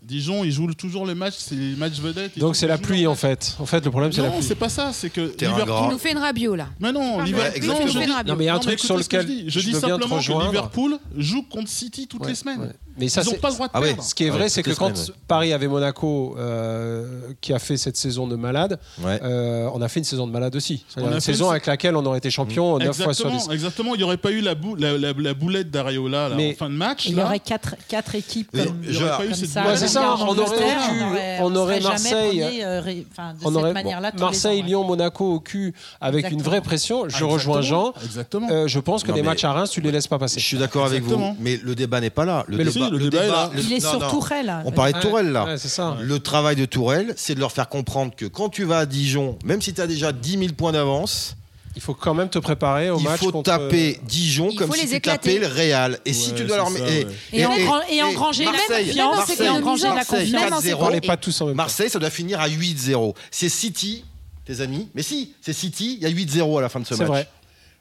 Dijon, ils jouent toujours les matchs, c'est les matchs vedettes. ils jouent-
Donc c'est la
ils jouent
pluie
leur-
en fait. En fait, le problème c'est la
Non,
pluie.
c'est pas ça, c'est que
Terrain
Liverpool.
gras.
Il nous fait une rabio là.
Mais non,
Ah, Ouais,
Liverpool.
exactement.
je dis-
Non,
Non, mais il y a un
Non, mais
truc
écoutez
sur
ce que
lequel
je dis,
je
je dis
veux bien te
simplement que
rejoindre.
Liverpool joue contre City toutes
Ouais,
les semaines.
ouais. Mais ça,
ils n'ont
c'est-
pas le droit de
Ah ouais,
perdre.
Ce qui est vrai,
Ouais,
c'est que
toutes
quand
les semaines,
Paris avait Monaco, euh, qui a fait cette saison de malade,
Ouais.
euh, on a fait une saison de malade aussi. C'est-à-dire
On a
Une
fait une
saison
sa- Mm.
avec laquelle on aurait été champion 9 fois sur 10.
Exactement, exactement. Il n'y aurait pas eu la, bou- la, la- la boulette d'Areola là,
Mais
en fin de match.
Il y
là.
aurait quatre, quatre équipes
Oui,
comme,
Il n'y aurait
Gérard.
pas Hein eu
comme
cette
ça.
Ouais,
boulette.
c'est ça,
Regarde,
on
en
aurait
Angleterre,
eu- on
serait
aurait
jamais
Marseille.
premier, euh, ré- enfin, de
on
cette
aurait
manière-là, tous les ans,
Marseille,
ouais.
Lyon, Monaco au cul avec
Exactement.
une vraie pression. Je
Ah,
rejoins
exactement,
Jean.
Exactement.
Euh, je pense que
Non,
des
mais-
matchs à Reims, tu les laisses pas
Je
passer.
suis d'accord avec vous,
Exactement.
mais le débat n'est pas là. Le
Mais le-
débat,
si, le débat est là.
le-
Il est
non, non.
sur Tourelle.
On parlait de
Ouais,
Tourelle là.
ouais, c'est ça.
Le travail de Tourelle, c'est de leur faire comprendre que quand tu vas à Dijon, même si tu as déjà 10 000 points d'avance,
Il faut quand même te préparer au
il
match.
faut
contre-
taper Dijon
Il
comme
faut
si
les
tu
éclater.
tapais le Real. Et si
Ouais,
tu
c'est
dois leur
ça, ouais.
Et engran- et engranger la
Marseille,
confiance,
Marseille,
et engranger la
Marseille,
hein,
confiance.
4-0.
On parlait pas tous en même temps.
Marseille, ça doit finir à 8-0. C'est City, tes amis. Mais si, c'est City, il y a 8-0 à la fin de ce
C'est
match.
vrai.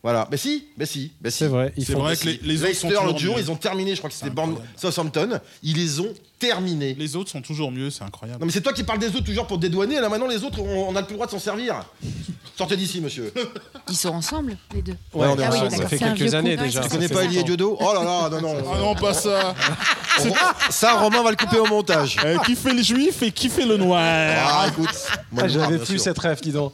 Voilà. Mais si, mais si, mais si.
C'est vrai. Ils
C'est
font-
vrai.
Mais
que les-
si.
les autres
Leicester,
sont toujours
l'autre jour,
mieux.
ils ont terminé. Je crois que c'était
C'est
Bournemouth-
incroyable.
Southampton. Ils les ont terminés.
Les autres sont toujours mieux, c'est incroyable.
Non, mais c'est toi qui parles des autres toujours pour te dédouaner. Là, maintenant, les autres, on n'a plus le droit de s'en servir. Sortez d'ici, monsieur.
Ils sont ensemble, les deux.
Ouais, on est
Ah oui,
ensemble. ça
d'accord.
fait
C'est un vieux
quelques
coup.
années
Ouais,
déjà.
c'est
Tu
ça
connais
fait
pas
cinq
Elie
ans.
Diodo Oh là là, non,
Ah
non.
non, pas ça.
Ça, Romain va le couper au montage.
Euh, qui fait les juifs et qui fait le noir
Ah, écoute. moi,
Ah,
je
J'avais
bien
plus
sûr.
cette rêve, dis donc.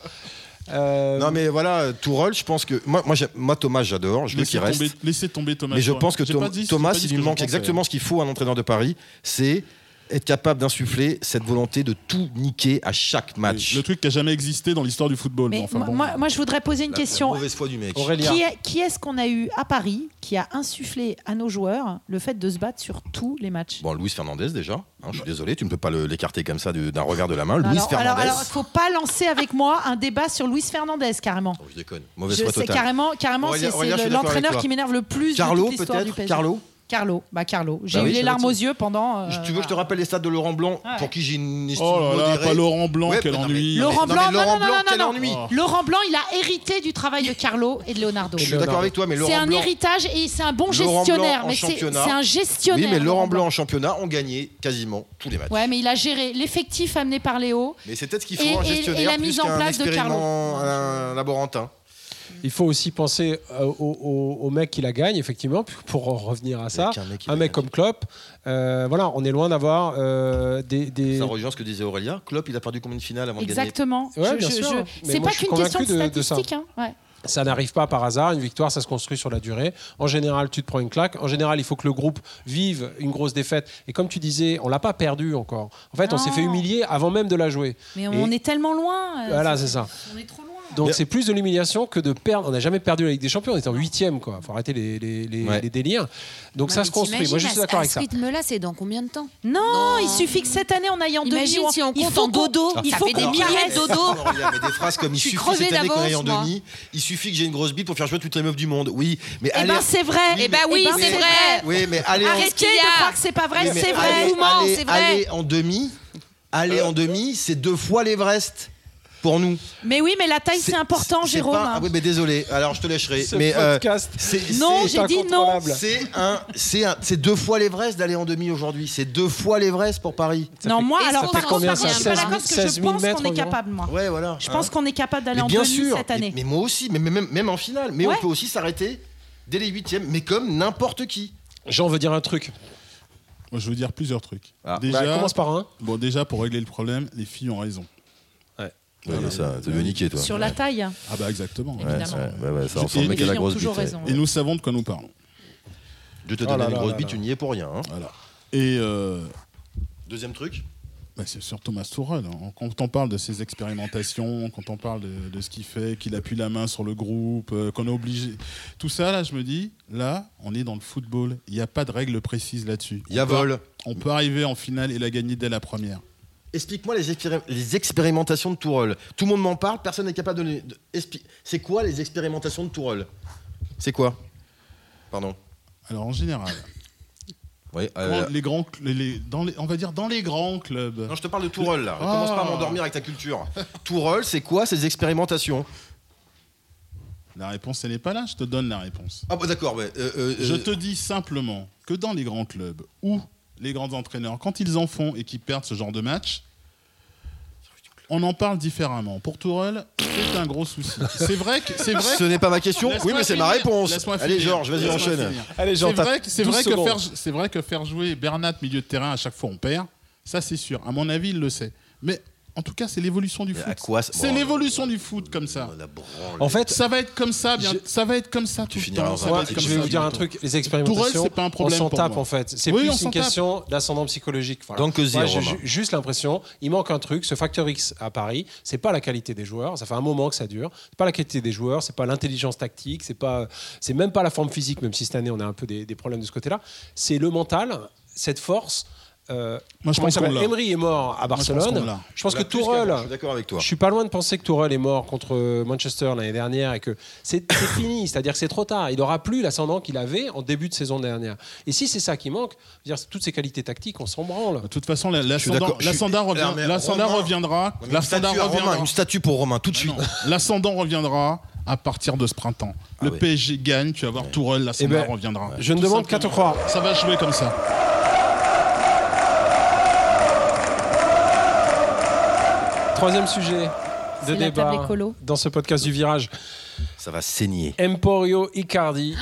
Euh,
Non mais voilà, Tourol, je pense que moi, moi, j'ai- moi Thomas, j'adore, je veux
Laissez
qu'il
tomber,
reste.
laissez tomber Thomas.
Mais je
Tuchel.
pense que
J'ai
Tom-
pas dit- j'ai
Thomas,
pas dit
il
ce
lui
que j'en
manque
pensais.
exactement ce qu'il faut à un entraîneur de Paris, c'est être capable d'insuffler cette volonté de tout niquer à chaque match.
Le truc qui a jamais existé dans l'histoire du football.
Mais
mais enfin,
moi,
bon.
moi- moi, je voudrais poser une
La-
question.
La mauvaise foi du mec.
Aurélien.
Qui, est- qui est-ce qu'on a eu à Paris qui a insufflé à nos joueurs le fait de se battre sur tous les matchs
Bon, Luis Fernandez déjà. hein, je suis désolé, tu ne peux pas le- l'écarter comme ça du- d'un regard de la main.
Alors-
Luis
alors,
Fernandez.
alors, faut pas lancer avec moi un débat sur Luis Fernandez carrément.
Oh, je déconne.
Je
Mauvaise foi
sais
totale.
carrément, carrément,
Aurélien-
c'est-
Aurélien, je
c'est
suis
le-
d'accord avec
l'entraîneur
toi.
qui m'énerve le plus. de
Carlo
toute l'histoire du
peut-être.
PSG.
Carlo.
Carlo, bah Carlo. J'ai
Bah
eu
oui,
les
c'est
larmes aux
vrai que
yeux pendant. euh,
tu veux, je te rappelle les stades de Laurent Blanc,
Ouais.
pour qui j'ai une estime
Oh là là,
modérée.
pas Laurent Blanc,
Ouais,
quel
mais non, mais-
ennui.
Laurent
non, mais
Blanc, non,
Laurent
non, non,
Blanc,
non,
quel
non.
ennui.
Laurent Blanc, il a hérité du travail de Carlo et de Leonardo.
Je suis d'accord avec toi, mais
C'est
Laurent
un
Blanc.
héritage et c'est un bon
Laurent
gestionnaire.
Blanc en
mais c'est
championnat.
c'est un
Oui,
gestionnaire.
mais Laurent Blanc en championnat ont gagné quasiment tous les matchs.
Ouais, mais il a géré l'effectif amené par Léo.
Mais c'est peut-être qu'il
Et-
faut un
et- et
gestionnaire
la mise
plus
en
qu'un
place de
expériment,
Carlo.
un laborantin.
Il faut aussi penser euh, au, au- au mec qui la gagne, effectivement, puis pour en revenir à ça.
Avec un mec qui
Un
la
mec
gagne.
comme Klopp, euh, voilà, on est loin d'avoir euh, des. des-
Ça rejoint ce que disait Aurélien. Klopp, il a perdu combien de finales avant
Exactement.
Ouais,
Je-
bien
je-
sûr.
je-
Mais
C'est
moi,
pas
je suis
qu'une question de
convaincu de- de ça.
statistique. hein. Ouais.
Ça n'arrive pas par hasard. Une victoire, ça se construit sur la durée. En général, tu te prends une claque. En général, il faut que le groupe vive une grosse défaite. Et comme tu disais, on l'a pas perdu encore. En fait, on s'est
Ah.
Non.
fait humilier avant même de la jouer.
Mais on est tellement loin. euh,
Voilà, c'est ça.
On est trop loin.
Donc
Mais-
c'est plus de l'humiliation que de perdre. On n'a jamais perdu la Ligue des Champions. On était en huitième, quoi. Faut arrêter les, les- les-
Ouais.
les délires. Donc
Non,
ça
mais
se construit. Moi,
t'imagines,
je suis
à-
d'accord
à
avec
ce
ça.
rythme-là, c'est dans combien de temps
Non, il suffit que cette année on aille en demi.
Imagine
ou
si on
il
compte
faut
en
qu'on-
dodo.
Il
Ça
faut
fait des
qu'on
milliers de
caresse.
dodo.
Non, Aurélien, mais des phrases comme il
Je suis
suffit
crevée
cette année qu'on aille en
d'avance, moi.
demi, il suffit que j'ai une grosse bite pour faire jouer toutes les meufs du monde. Oui, mais
Eh
allez.
ben c'est vrai.
Oui,
Eh ben oui,
mais-
c'est vrai.
Oui, mais allez en
Qu'est-ce
Arrêtez
qu'il y
de
a
croire que c'est pas vrai.
Oui, mais
c'est vrai.
allez-
Mouvement,
allez-
c'est vrai.
allez en demi, aller en demi, c'est deux fois l'Everest pour nous.
Mais oui, mais la taille c'est important,
c'est
Jérôme.
pas- ah oui, mais désolé. Alors je te lâcherai.
Ce
mais euh,
podcast
c'est-
Non,
c'est-
j'ai dit non.
C'est un, c'est un, c'est deux fois l'Everest d'aller en demi aujourd'hui. C'est deux fois l'Everest pour Paris.
Non, moi,
fait-
alors
ça
par
fait
contre,
combien,
par contre,
ça
je suis pas
16 000
d'accord parce que je pense
mètres
qu'on est
environ.
capable, moi.
Ouais, voilà.
Je pense qu'on est capable d'aller
Mais
en
bien
demi
sûr.
cette
Mais-
année.
Mais, moi aussi, mais même, même en finale. Mais
Ouais.
on peut aussi s'arrêter dès les huitièmes, mais comme n'importe qui.
Jean veut dire un truc.
Moi, je veux dire plusieurs trucs.
Ah.
Déjà,
Bah, commence par un.
bon, déjà, pour régler le problème, les filles ont raison.
ça, tu veux niquer, toi.
Sur la taille,
Ah bah exactement.
Ouais, évidemment. ouais,
ça
ressemble
les filles ont toujours raison.
Et nous savons de quoi nous parlons.
Je te
Oh
donne
là
une
là
grosse
là
bite,
là.
tu n'y es pour rien. hein.
Voilà. Et euh,
Deuxième truc
bah, c'est sur Thomas Tuchel. hein. Quand on parle de ses expérimentations, quand on parle de, de ce qu'il fait, qu'il appuie la main sur le groupe, euh, qu'on est obligé, tout ça là, je me dis, là, on est dans le football. Il n'y a pas de règle précise là-dessus.
Il y a
On peut-
vol.
On peut arriver en finale et la gagner dès la première.
Explique-moi les, expéri- les expérimentations de Tourol. Tout le monde m'en parle, personne n'est capable de. les- de- expli- C'est quoi les expérimentations de Tourol C'est quoi Pardon.
Alors en général,
Oui, euh,
Grand- les grands, cl- les- les- dans les- on va dire dans les grands clubs.
Non, je te parle de Tourol là.
Ah.
Commence pas à m'endormir avec ta culture. Tourol, c'est quoi ces expérimentations
La réponse, elle n'est pas là. Je te donne la réponse.
Ah, bah d'accord, ouais, euh, euh,
Je
euh,
te dis simplement que dans les grands clubs ou les grands entraîneurs, quand ils en font et qu'ils perdent ce genre de match, on en parle différemment. Pour Tourelle, c'est un gros souci. C'est vrai que c'est vrai.
Ce n'est pas ma question.
Laisse-moi
Oui, mais c'est ma
finir.
réponse.
Laisse-moi
Allez,
finir.
Georges, vas-y,
Laisse-moi
enchaîne.
finir.
Allez, Jean,
C'est
t'as
vrai, que- c'est
12
vrai que
secondes.
faire, c'est vrai que faire jouer Bernat milieu de terrain à chaque fois on perd, ça c'est sûr. À mon avis, il le sait. Mais en tout cas, c'est l'évolution du
Mais
foot.
à quoi ça-
c'est
bon,
l'évolution du foot comme ça.
Oh, la branle.
En fait,
Ça va être comme ça, bien.
Je-
Ça va être comme ça tout le
finiras
temps.
dans
ça
un
va
Moi,
Ouais,
être
comme
je
ça,
vais vous
oui.
dire un
tout le temps.
truc, les expérimentations,
Tourelle, c'est pas un problème
on s'en
pour
tape
moi.
en fait. C'est
Oui, on
plus
s'en
une
tape.
question d'ascendant psychologique. Voilà.
Donc,
Moi,
zéro,
j'ai
Romain.
ju- juste l'impression, il manque un truc, ce facteur X à Paris, c'est pas la qualité des joueurs, ça fait un moment que ça dure, c'est pas la qualité des joueurs, c'est pas l'intelligence tactique, c'est pas, c'est même pas la forme physique, même si cette année on a un peu des, des problèmes de ce côté-là, c'est le mental, cette force. euh,
Moi, je
comment il
pense
s'appelle
qu'on l'a.
Emery est mort à
Moi, je pense
Barcelone.
qu'on l'a.
je pense
On
que
l'a plus
Tourelle,
qu'avant, Je suis d'accord avec toi.
je suis pas loin de penser que Tourelle est mort contre euh, Manchester l'année dernière et que c'est c'est fini, c'est-à-dire que c'est trop tard. Il n'aura plus l'ascendant qu'il avait en début de saison dernière. Et si c'est ça qui manque, je veux dire, toutes ces qualités tactiques, on s'en branle.
De toute façon, la, la,
suis
Sanda-
d'accord, je
la
suis-
Sanda revient-
Alors, mais
la Sanda
Romain-
reviendra.
Ouais, mais
La
une,
Sanda
statue à Romain,
reviendra.
une statue pour Romain, tout de suite.
Ah, Non, L'ascendant reviendra à partir de ce printemps.
Ah
le
ouais.
PSG gagne, tu vas voir Tourelle,
Eh
l'ascendant
ben,
reviendra.
je ne
Tout
demande qu'à te
simplement.
croire.
Ça va jouer comme ça.
Troisième sujet de
C'est la table
débat
écolo.
dans ce podcast du virage.
Ça va saigner.
Emporio Icardi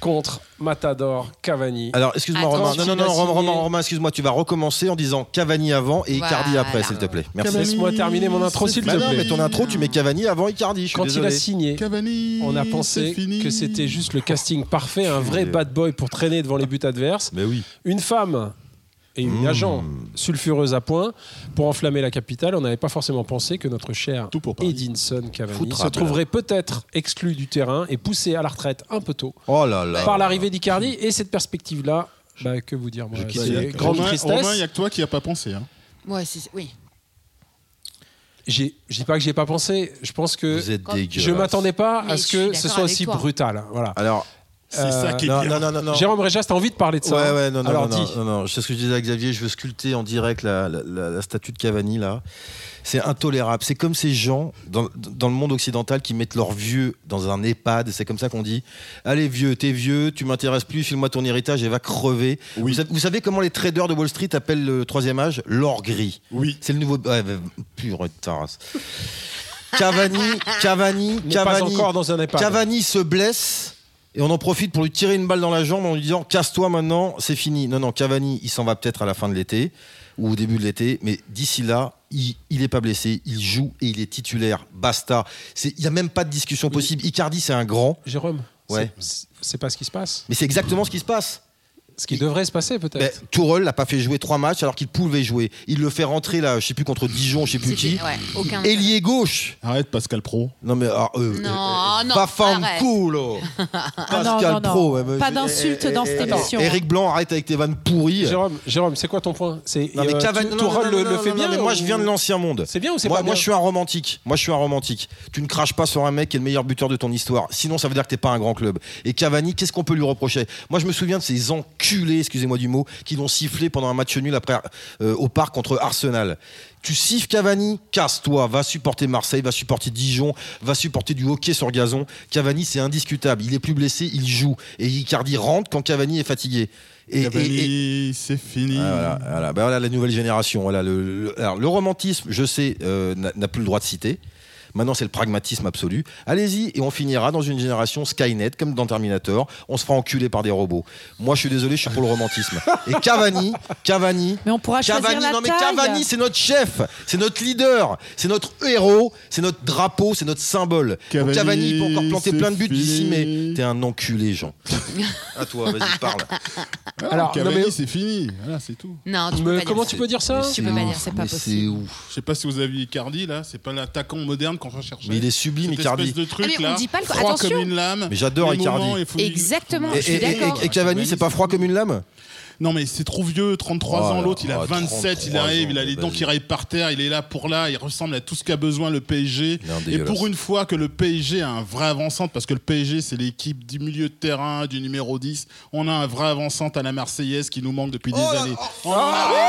contre Matador Cavani.
Alors, excuse-moi,
Attends,
Romain.
tu
Non, non, non,
l'as
Romain,
signé.
Romain, Romain, excuse-moi. Tu vas recommencer en disant Cavani avant et Icardi
Voilà.
après, s'il te plaît. Merci.
Cavani, Laisse-moi terminer mon intro, s'il te
Bah
plaît.
non, mais ton intro, tu mets Cavani avant Icardi. Je suis
Quand il
désolé.
a signé,
Cavani,
on a
c'est
pensé
fini.
que c'était juste le casting parfait, un
Je suis
vrai
dé-
bad boy pour traîner devant les buts adverses.
Mais oui.
Une femme et
Hmm.
une agent sulfureuse à point pour enflammer la capitale. On n'avait pas forcément pensé que notre cher
Tout pour Paris.
Edinson Cavani
Foutrable.
se trouverait peut-être exclu du terrain et poussé à la retraite un peu tôt
Oh là là.
par l'arrivée d'Icardi. Et cette perspective-là, bah, que vous dire moi
Je quitte
C'est
les-
grande
Romain,
tristesse.
Romain, il n'y a que toi qui n'y a pas pensé. hein.
Ouais, c'est- oui.
J'ai- Je dis pas que j'y ai pas pensé. Je pense que
Vous êtes
Je
dégueulasse.
je m'attendais pas
Mais
à
je
ce
suis
que
d'accord
ce soit
avec
aussi
toi.
brutal. hein, Voilà.
Alors,
Euh,
C'est ça qui est
non,
bien.
non, non, non, non.
Jérôme Réjas, t'as envie de parler de ça
ouais,
hein
ouais, non, non,
Alors,
non, non,
dis.
non, non. C'est ce que je disais à Xavier, je veux sculpter en direct la, la- la- la statue de Cavani, là. C'est intolérable. C'est comme ces gens dans, dans le monde occidental qui mettent leurs vieux dans un EHPAD. C'est comme ça qu'on dit Allez, vieux, t'es vieux, tu m'intéresses plus, file-moi ton héritage et va crever.
Oui.
Vous, savez, vous savez comment les traders de Wall Street appellent le troisième âge L'or gris.
Oui.
C'est le nouveau. Ouais, bah, pure taras. Cavani, Cavani,
Il n'est pas
Cavani.
encore dans un EHPAD.
Cavani se blesse et on en profite pour lui tirer une balle dans la jambe en lui disant casse-toi maintenant, c'est fini. Non, non, Cavani, il s'en va peut-être à la fin de l'été ou au début de l'été, mais d'ici là, il n'est pas blessé, il joue et il est titulaire. Basta. C'est- Il n'y a même pas de discussion possible. Icardi, c'est un grand,
Jérôme,
Ouais.
c'est- c'est pas ce qui se passe.
mais c'est exactement ce qui se passe.
Ce qui devrait se passer
Ben,
peut-être.
Tourelle l'a pas fait jouer trois matchs alors qu'il pouvait jouer. Il le fait rentrer là, je sais plus contre Dijon, je sais plus qui.
C'était- ouais, aucun.
Ailier gauche.
Arrête, Pascal Pro.
Non mais alors, euh,
Non,
euh,
non,
va fendre
arrête.
culo.
non,
Pascal
Ah non, non.
Pro, ouais, bah,
Pas
je-
d'insultes
eh, eh,
dans cette
eh,
émission.
Eric Blanc, arrête avec tes vannes pourries.
Jérôme, Jérôme, c'est quoi ton point C'est
Non mais
euh,
Cavani,
tu-
non,
Tourelle
non,
le,
non,
le
non,
fait
non,
bien.
mais moi
ou-
je viens de l'ancien monde.
C'est bien ou c'est
Moi,
pas
moi
bien
je suis un romantique. Moi je suis un romantique. Tu ne craches pas sur un mec qui est le meilleur buteur de ton histoire. Sinon ça veut dire que t'es pas un grand club. Et Cavani, qu'est-ce qu'on peut lui reprocher Moi je me souviens de ces enculés, excusez-moi du mot, qui l'ont sifflé pendant un match nul après euh, au parc contre Arsenal. Tu siffles Cavani, casse-toi, va supporter Marseille, va supporter Dijon, va supporter du hockey sur gazon. Cavani c'est indiscutable. Il est plus blessé, il joue et Icardi rentre quand Cavani est fatigué. Et- et-
Cavani,
et-
c'est fini.
ah, voilà, voilà. Ben, voilà la nouvelle génération. Voilà, le, le- alors, le romantisme, je sais, euh, n'a n'a plus le droit de citer. Maintenant, c'est le pragmatisme absolu. Allez-y, et on finira dans une génération Skynet, comme dans Terminator. On se fera enculer par des robots. Moi, je suis désolé, je suis pour le romantisme. Et Cavani, Cavani,
Mais on pourra choisir
Cavani,
la
non mais
taille.
Cavani, c'est notre chef, c'est notre leader, c'est notre héros, c'est notre drapeau, c'est notre symbole.
Cavani,
Donc Cavani, il peut encore planter
c'est
plein de buts d'ici,
fini.
mais t'es un enculé, Jean. à toi, vas-y, parle.
Ah,
Alors,
Cavani,
non, mais-
c'est fini. Voilà, c'est tout.
Non, tu peux
Mais
pas
comment
dire
tu
ça.
peux dire ça
Tu peux
C'est
pas
ouf,
dire, c'est pas
mais
possible.
C'est ouf.
Je sais pas si vous avez vu Icardi là, c'est pas l'attaquant moderne qu'on recherchait.
Mais il est sublime,
Cette
Icardi.
espèce de
Ah,
truc
mais on
là,
dit pas le-
froid
attention.
comme une lame.
Mais j'adore
Les
Icardi.
moments, il faut-
Exactement,
Et,
je suis
et-
d'accord.
et- et Cavani, c'est pas froid comme une lame
Non mais c'est trop vieux, 33
Oh
ans
là,
l'autre, il a
oh,
27, il
33
arrive,
ans,
il a les dents
vas-y.
qui raillent par terre, il est là pour là, il ressemble à tout ce qu'a besoin le PSG.
Non,
Et
dégueulasse.
pour une fois que le PSG a un vrai avançante, parce que le PSG c'est l'équipe du milieu de terrain, du numéro 10, on a un vrai avançante à la Marseillaise qui nous manque depuis des
Oh
années. On en arrive.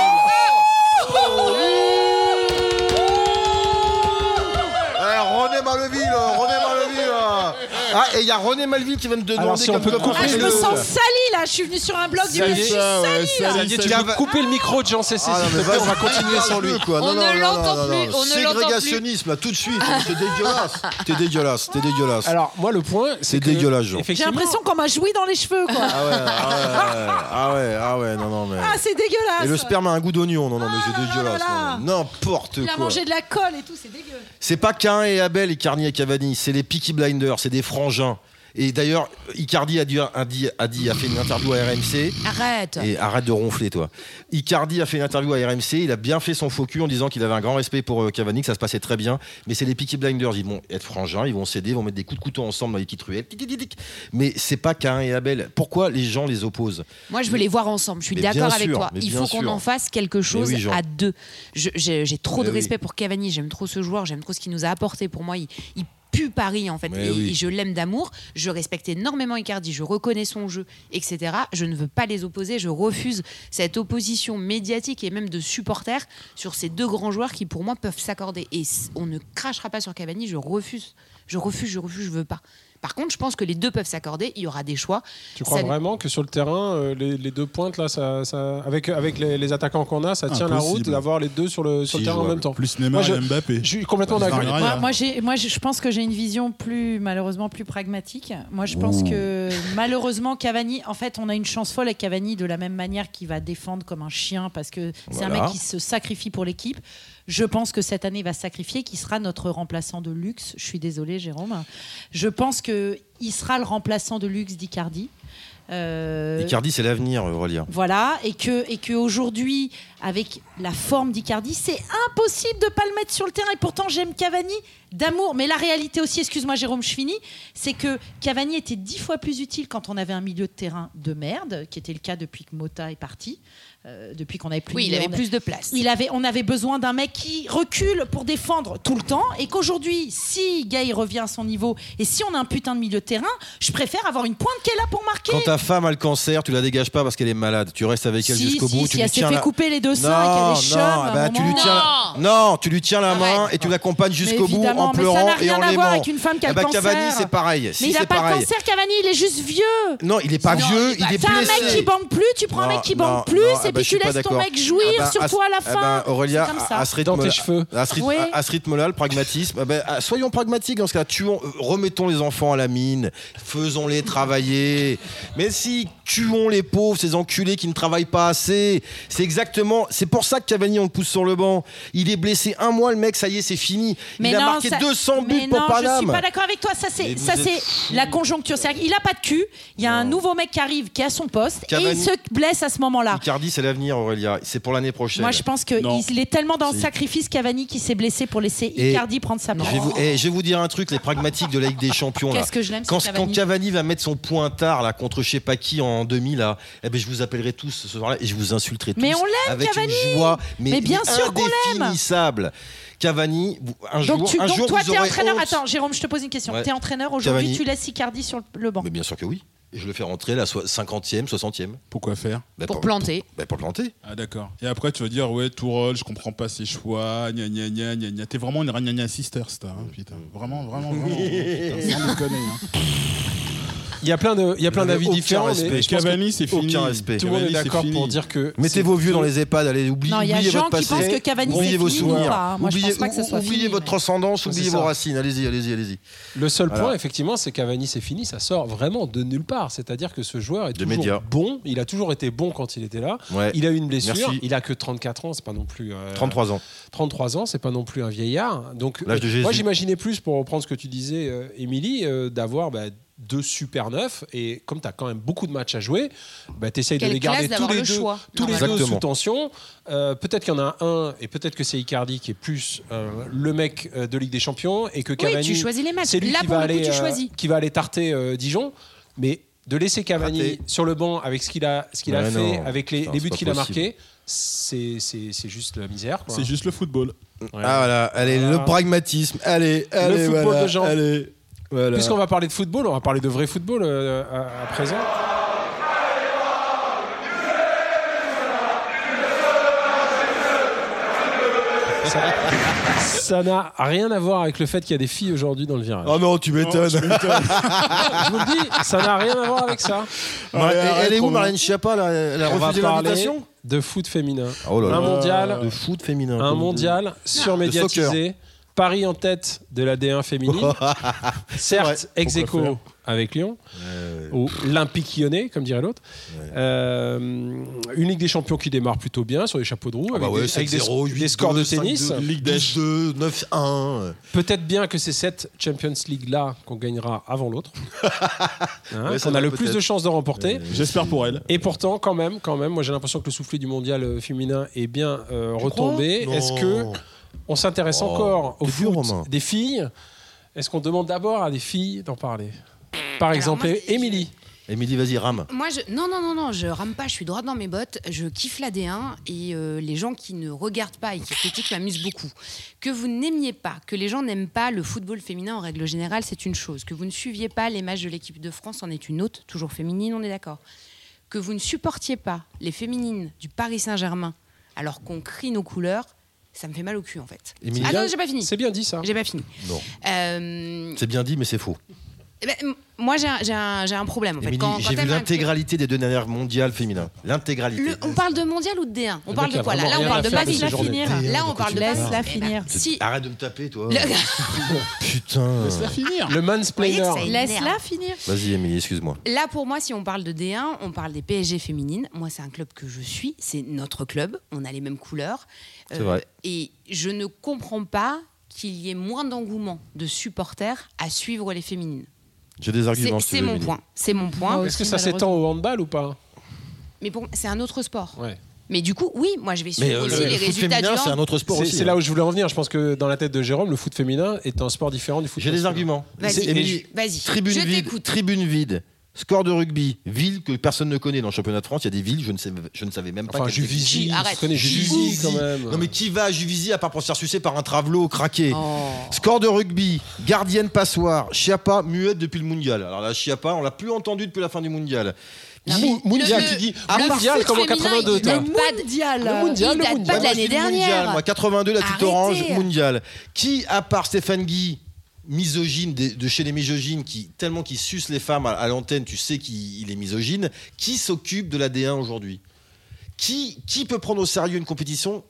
Eh, René Malville, euh, René Malville euh. Ah, et il y a René Malville qui vient de demander
Alors, si on peut couper
Ah, je me
le-
sens salie là, je suis venue sur un blog du
Ça y est,
je suis
ça, ouais,
salie là.
salie.
Xavier, tu
Cava-
vas couper le micro de Jean Cessé.
Ah, non, mais vas-y,
on va continuer sans lui.
quoi.
On ne l'entend plus, on ne l'entend plus.
Ségrégationnisme, là, tout de suite. C'est dégueulasse. T'es dégueulasse, t'es dégueulasse.
Alors, moi, le point,
C'est
c'est que,
dégueulasse, Jean.
J'ai
effectivement,
l'impression qu'on m'a joui dans les cheveux quoi.
Ah ouais, ah ouais, ah ouais, ah ouais, non, non, mais.
Ah, c'est dégueulasse.
Et le sperme a un goût d'oignon, non, non, mais c'est
là là
dégueulasse.
là
non, mais N'importe
Il a
quoi.
mangé de la colle et tout, c'est dégueu.
C'est pas Cain et Abel, Icardi et Cavani, c'est les Peaky Blinders, c'est des frangins. Et d'ailleurs, Icardi a, dit, a, dit, a, dit- a fait une interview à RMC.
Arrête.
Et arrête de ronfler, toi. Icardi a fait une interview à RMC. Il a bien fait son faux cul en disant qu'il avait un grand respect pour euh, Cavani, que ça se passait très bien. Mais c'est les Peaky Blinders. Ils vont être frangins, ils vont s'aider, ils vont mettre des coups de couteau ensemble dans les petites ruelles. Tic, tic, tic, tic. Mais c'est pas Cain et Abel. Pourquoi les gens les opposent
Moi, je veux les voir ensemble. Je suis
Mais bien
d'accord avec
sûr,
toi.
mais
Il
bien
faut qu'on
sûr.
en fasse quelque chose
oui, Jean.
à deux. Je- J'ai j'ai trop
Mais
de
oui.
respect pour Cavani. J'aime trop ce joueur. J'aime trop ce qu'il nous a apporté. Pour moi, il, il pue Paris en fait.
Mais
Et,
oui.
et je l'aime d'amour. Je respecte énormément Icardi. Je reconnais son jeu, etc. Je ne veux pas les opposer. Je refuse cette opposition médiatique et même de supporters sur ces deux grands joueurs qui, pour moi, peuvent s'accorder. Et c- on ne crachera pas sur Cavani. Je refuse. Je refuse. Je refuse. Je veux pas. Par contre, je pense que les deux peuvent s'accorder. Il y aura des choix.
tu crois
Ça-
vraiment que sur le terrain, euh, les, les deux pointes, là, ça, ça- avec, avec les, les attaquants qu'on a, ça tient la
Impossible.
route d'avoir les deux sur le, sur le
Si,
terrain en
jouable.
même temps
Plus Neymar
Moi, je-
et Mbappé.
Je suis complètement
Ça sert à
d'accord.
rien.
Moi, moi, j'ai- moi, je je pense que j'ai une vision plus, malheureusement, plus pragmatique. Moi, je pense que, malheureusement, Cavani, en fait, on a une chance folle avec Cavani de la même manière qu'il va défendre comme un chien parce que c'est un
Voilà.
mec qui se sacrifie pour l'équipe. Je pense que cette année il va se sacrifier, qu'il sera notre remplaçant de luxe. Je suis désolée, Jérôme. Je pense que il sera le remplaçant de luxe d'Icardi. Euh,
Icardi, c'est l'avenir, Aurélien.
voilà, et que et que aujourd'hui, avec la forme d'Icardi, c'est impossible de pas le mettre sur le terrain. Et pourtant, j'aime Cavani d'amour. Mais la réalité aussi, excuse-moi, Jérôme, je finis, c'est que Cavani était dix fois plus utile quand on avait un milieu de terrain de merde, qui était le cas depuis que Mota est parti, euh, depuis qu'on avait plus.
Oui,
de
il avait
milieu, on a-
plus de place.
il avait, on avait besoin d'un mec qui recule pour défendre tout le temps et qu'aujourd'hui, si Gay revient à son niveau et si on a un putain de milieu de terrain, je préfère avoir une pointe qu'elle a pour marquer.
Quand ta femme a le cancer, tu la dégages pas parce qu'elle est malade. Tu restes avec elle
si,
jusqu'au
si,
bout.
si,
tu lui
elle s'est
tiens
fait
la-
couper les deux
non,
seins et qu'elle
non,
est chum, à un
bah, tu lui
moment-
tiens, la- non, tu lui tiens la main
Arrête.
et tu l'accompagnes jusqu'au bout
évidemment,
en
mais ça n'a
pleurant et
rien
en
à
l'aimant.
voir avec une femme qui a
Eh ben,
le
Cavani,
cancer.
c'est pareil. Si,
Mais il a
c'est
pas
pareil.
le cancer, Cavani, il est juste vieux.
Non, il est pas
Non,
vieux,
il est
il
pas-
est
T'as un
blessé.
mec qui bande plus, tu prends un
Non,
mec qui bande
non,
plus,
non, ah
et
bah,
puis
je
tu
suis pas
laisses ton
d'accord.
mec jouir
Ah bah,
sur
à
toi à la
ce-
fin.
ah bah, Aurélia,
C'est comme
à-
ça.
à ce
Dans
rythme-là,
tes cheveux.
à ce rythme-
Ouais.
à- à ce rythme-là, le pragmatisme. ah bah, ah, soyons pragmatiques dans ce cas. Tuons, euh, remettons les enfants à la mine, faisons-les travailler. Mais si tuons les pauvres, ces enculés qui ne travaillent pas assez, c'est exactement. C'est pour ça que Cavani on le pousse sur le banc. Il est blessé un mois, le mec, ça y est, c'est fini. Il a marqué
ça-
200
mais
buts pour
non, Je suis
Paname.
pas d'accord avec toi. Ça
Mais
c'est
vous
ça
êtes
c'est la conjoncture. C'est-à-dire qu'il a pas de cul. Il y a un nouveau mec qui arrive, qui est à son poste, et
Cavani-
il se blesse à ce moment-là.
Icardi, c'est l'avenir, Aurélia. C'est pour l'année prochaine.
Moi, je pense que
Non.
il est tellement dans le
Si.
sacrifice Cavani qui s'est blessé pour laisser
Et-
Icardi prendre sa place.
Je vais, vous, eh, je vais vous dire un truc, les pragmatiques de la Ligue des Champions. là.
Qu'est-ce que je l'aime, ce
quand,
Cavani.
quand Cavani va mettre son pointard là, contre je sais pas qui en demi, là, eh ben, je vous appellerai tous ce soir-là et je vous insulterai tous.
Mais on l'aime,
Avec
Cavani.
une joie mais,
Mais bien sûr qu'on l'aime.
indéfinissable. Cavani, vous- un jour,
donc, tu,
un
donc
jour
toi,
vous
t'es
aurez
entraîneur.
honte.
Attends, Jérôme, je te pose une question.
Ouais.
T'es entraîneur aujourd'hui,
Cavani.
tu laisses Icardi sur le banc.
Mais bien sûr que oui. Et je le fais rentrer la so- 50e, 60e.
Pourquoi faire
Ben,
Pour planter.
ben, pour planter.
Ah d'accord. Et après tu vas dire ouais Tourol, je comprends pas ses choix, gna gna gna gna gna. T'es vraiment une gna gna sister star, hein, putain. Vraiment, vraiment, vraiment. putain, sans déconner, hein.
Il y a plein de, il y a plein
Vous n'avez
d'avis
aucun
différents. mais
respect.
je pense que
Cavani c'est
aucun
fini.
respect.
tout le monde est
Cavani, c'est
d'accord
fini.
pour dire que
Mettez
c'est-
vos vieux dans les EHPAD, allez, oubliez,
Non, il y a
oubliez
gens
votre
qui
passé.
pensent que Cavani,
oubliez
c'est
vos
fini ou
souvenirs.
pas. Moi, je
oubliez
pense pas que ce soit
oubliez
fini,
votre
mais-
transcendance,
Ouais,
oubliez
c'est
vos
ça.
racines. Allez-y, allez-y, allez-y.
Le seul
Voilà.
point, effectivement, c'est qu'Avani, c'est fini, ça sort vraiment de nulle part. C'est-à-dire que ce joueur est
Des
toujours
médias.
bon. Il a toujours été bon quand il était là.
Ouais.
Il a eu une blessure.
Merci.
Il a que 34 ans, c'est pas non plus. euh,
33 ans.
33 ans, c'est pas non plus un vieillard. Donc,
L'âge de
euh,
Jésus.
moi, j'imaginais plus, pour reprendre ce que tu disais, euh, Émilie, euh, d'avoir bah, deux super neufs. Et comme tu as quand même beaucoup de matchs à jouer, bah, tu essayes de
Quelle
les
classe
garder tous
d'avoir
les
le
deux.
choix.
Tous les deux
Exactement.
sous tension. Euh, peut-être qu'il y en a un, et peut-être que c'est Icardi qui est plus euh, le mec euh, de Ligue des Champions, et que Cavani.
Oui, tu choisis les matchs.
C'est lui
Là,
qui,
pour
va
le coup,
aller,
tu
euh,
choisis.
qui va aller tarter euh, Dijon. Mais de laisser Cavani
Raté.
sur le banc avec ce qu'il a, ce qu'il a
Mais
fait,
non,
avec les,
putain,
les
c'est
buts
pas
qu'il a
possible.
marqués, c'est, c'est, c'est juste la misère. quoi.
C'est juste le football.
Ouais.
Ah voilà, allez,
Voilà.
le pragmatisme, allez, allez,
football
voilà,
de Jean.
allez, voilà.
Puisqu'on va parler de football, on va parler de vrai football euh, à, à présent. Ça- Ça n'a rien à voir avec le fait qu'il y a des filles aujourd'hui dans le virage.
Oh non, tu m'étonnes.
Je vous le dis, ça n'a rien à voir avec ça.
Mar-
Allez,
elle,
arrête,
est où
Romain.
Marlène Schiappa là Elle a
On va
refusé
parler
l'invitation
de foot féminin.
Oh là
Un
là.
mondial,
De foot féminin.
un mondial surmédiatisé. Paris en tête de la D1 féminine. Certes, ex aequo avec Lyon, ou l'Olympique Lyonnais, comme dirait l'autre. Euh, une Ligue des Champions qui démarre plutôt bien sur les chapeaux de roue,
Ah
avec,
bah ouais,
des, avec des-
7-0, 8-2,
des scores de tennis.
5-2, Ligue 2, 9-1.
Peut-être bien que c'est cette Champions League-là qu'on gagnera avant l'autre, Hein,
Ouais, ça
qu'on a
va
le plus
peut-être.
de chances de remporter.
J'espère pour elle.
Et pourtant, quand même, quand même, moi j'ai l'impression que le soufflet du mondial euh, féminin est bien euh, retombé. Est-ce que on s'intéresse
Oh,
encore au
t'es dur,
foot
Romain.
des filles Est-ce qu'on demande d'abord à des filles d'en parler Par exemple,
moi, c'est-
Émilie.
Émilie, vas-y, rame.
Moi, je... non, non, non, non, je rame pas, je suis droite dans mes bottes. Je kiffe la D1 et euh, les gens qui ne regardent pas et qui critiquent m'amusent beaucoup. Que vous n'aimiez pas, que les gens n'aiment pas le football féminin en règle générale, c'est une chose. Que vous ne suiviez pas les matchs de l'équipe de France en est une autre, toujours féminine, on est d'accord. Que vous ne supportiez pas les féminines du Paris Saint-Germain alors qu'on crie nos couleurs, ça me fait mal au cul en fait.
Émilie,
Ah
Bien-
non, j'ai pas fini.
C'est bien dit ça.
J'ai pas fini.
Non.
Euh,
c'est bien dit, mais c'est faux.
eh ben, m- moi, j'ai un, j'ai un- j'ai un problème en fait.
Émilie,
Quand- quand
j'ai vu
elle m'a-
l'intégralité des deux dernières mondiales féminines. L'intégralité.
Le- on parle de mondial ou de D1 On
Le
parle
mec
de
a
quoi là
vraiment
Là, on
rien
parle
à
de
faire
Paris.
de ces journées.
Là, on parle de Paris.
Laisse-la finir.
Si.
Ah,
Arrête de me taper, toi.
Le-
Putain.
Laisse-la finir.
Le
Vous voyez que
mansplainer.
ça
Laisse-la finir.
Vas-y, Émilie, excuse-moi.
Là, pour moi, si on parle de D1, on parle des PSG féminines. Moi, c'est un club que je suis. C'est notre club. On a les mêmes couleurs. Euh,
C'est vrai.
Et je ne
Ah
comprends pas qu'il y ait moins d'engouement de supporters à suivre les féminines.
J'ai des arguments.
C'est
si tu
c'est
veux,
mon
Émilie.
point. C'est mon point.
Ouais.
Est-ce que
aussi,
ça s'étend au handball ou pas
Mais pour c'est un autre sport.
Ouais.
Mais du coup, oui, moi je vais
Mais
suivre
euh,
aussi
le,
les
foot
résultats
féminin,
du
c'est
hand.
un autre sport
C'est
aussi. hein.
c'est là où je voulais en venir. Je pense que dans la tête de Jérôme, le foot féminin est un sport différent du foot.
J'ai des
masculin.
arguments.
Vas-y.
C'est- Émilie,
Vas-y.
Tribune
je
vide,
t'écoute.
tribune vide. Score de rugby, ville que personne ne connaît dans le championnat de France. Il y a des villes, je ne, sais, je ne savais même pas.
Enfin,
qu'elles existaient.
Juvisy,
Chi,
je
arrête.
connais Juvisy
Juvisy.
quand même.
Non mais qui va à Juvisy à part pour se faire sucer par un travelot craqué
Oh.
Score de rugby, gardienne passoire, Chiappa muette depuis le mondial. Alors la Chiappa, on l'a plus entendue depuis la fin du mondial.
Non, mais
Mou-
le-
mondial,
le-
tu dis
Ah,
le
mondial,
foot
comme en
féminin,
82,
il
toi.
date pas de-
Le mondial,
il
le mondial.
date pas de
Moi, je
l'année
suis mondial,
dernière.
moi, 82, la toute
Arrêtez.
orange, mondial. Qui, à part Stéphane Guy, misogyne des- de, chez les misogynes, qui tellement qu'il suce les femmes à, à l'antenne, tu sais qu'il il est misogyne, qui s'occupe de la D1 aujourd'hui qui, qui peut prendre au sérieux une compétition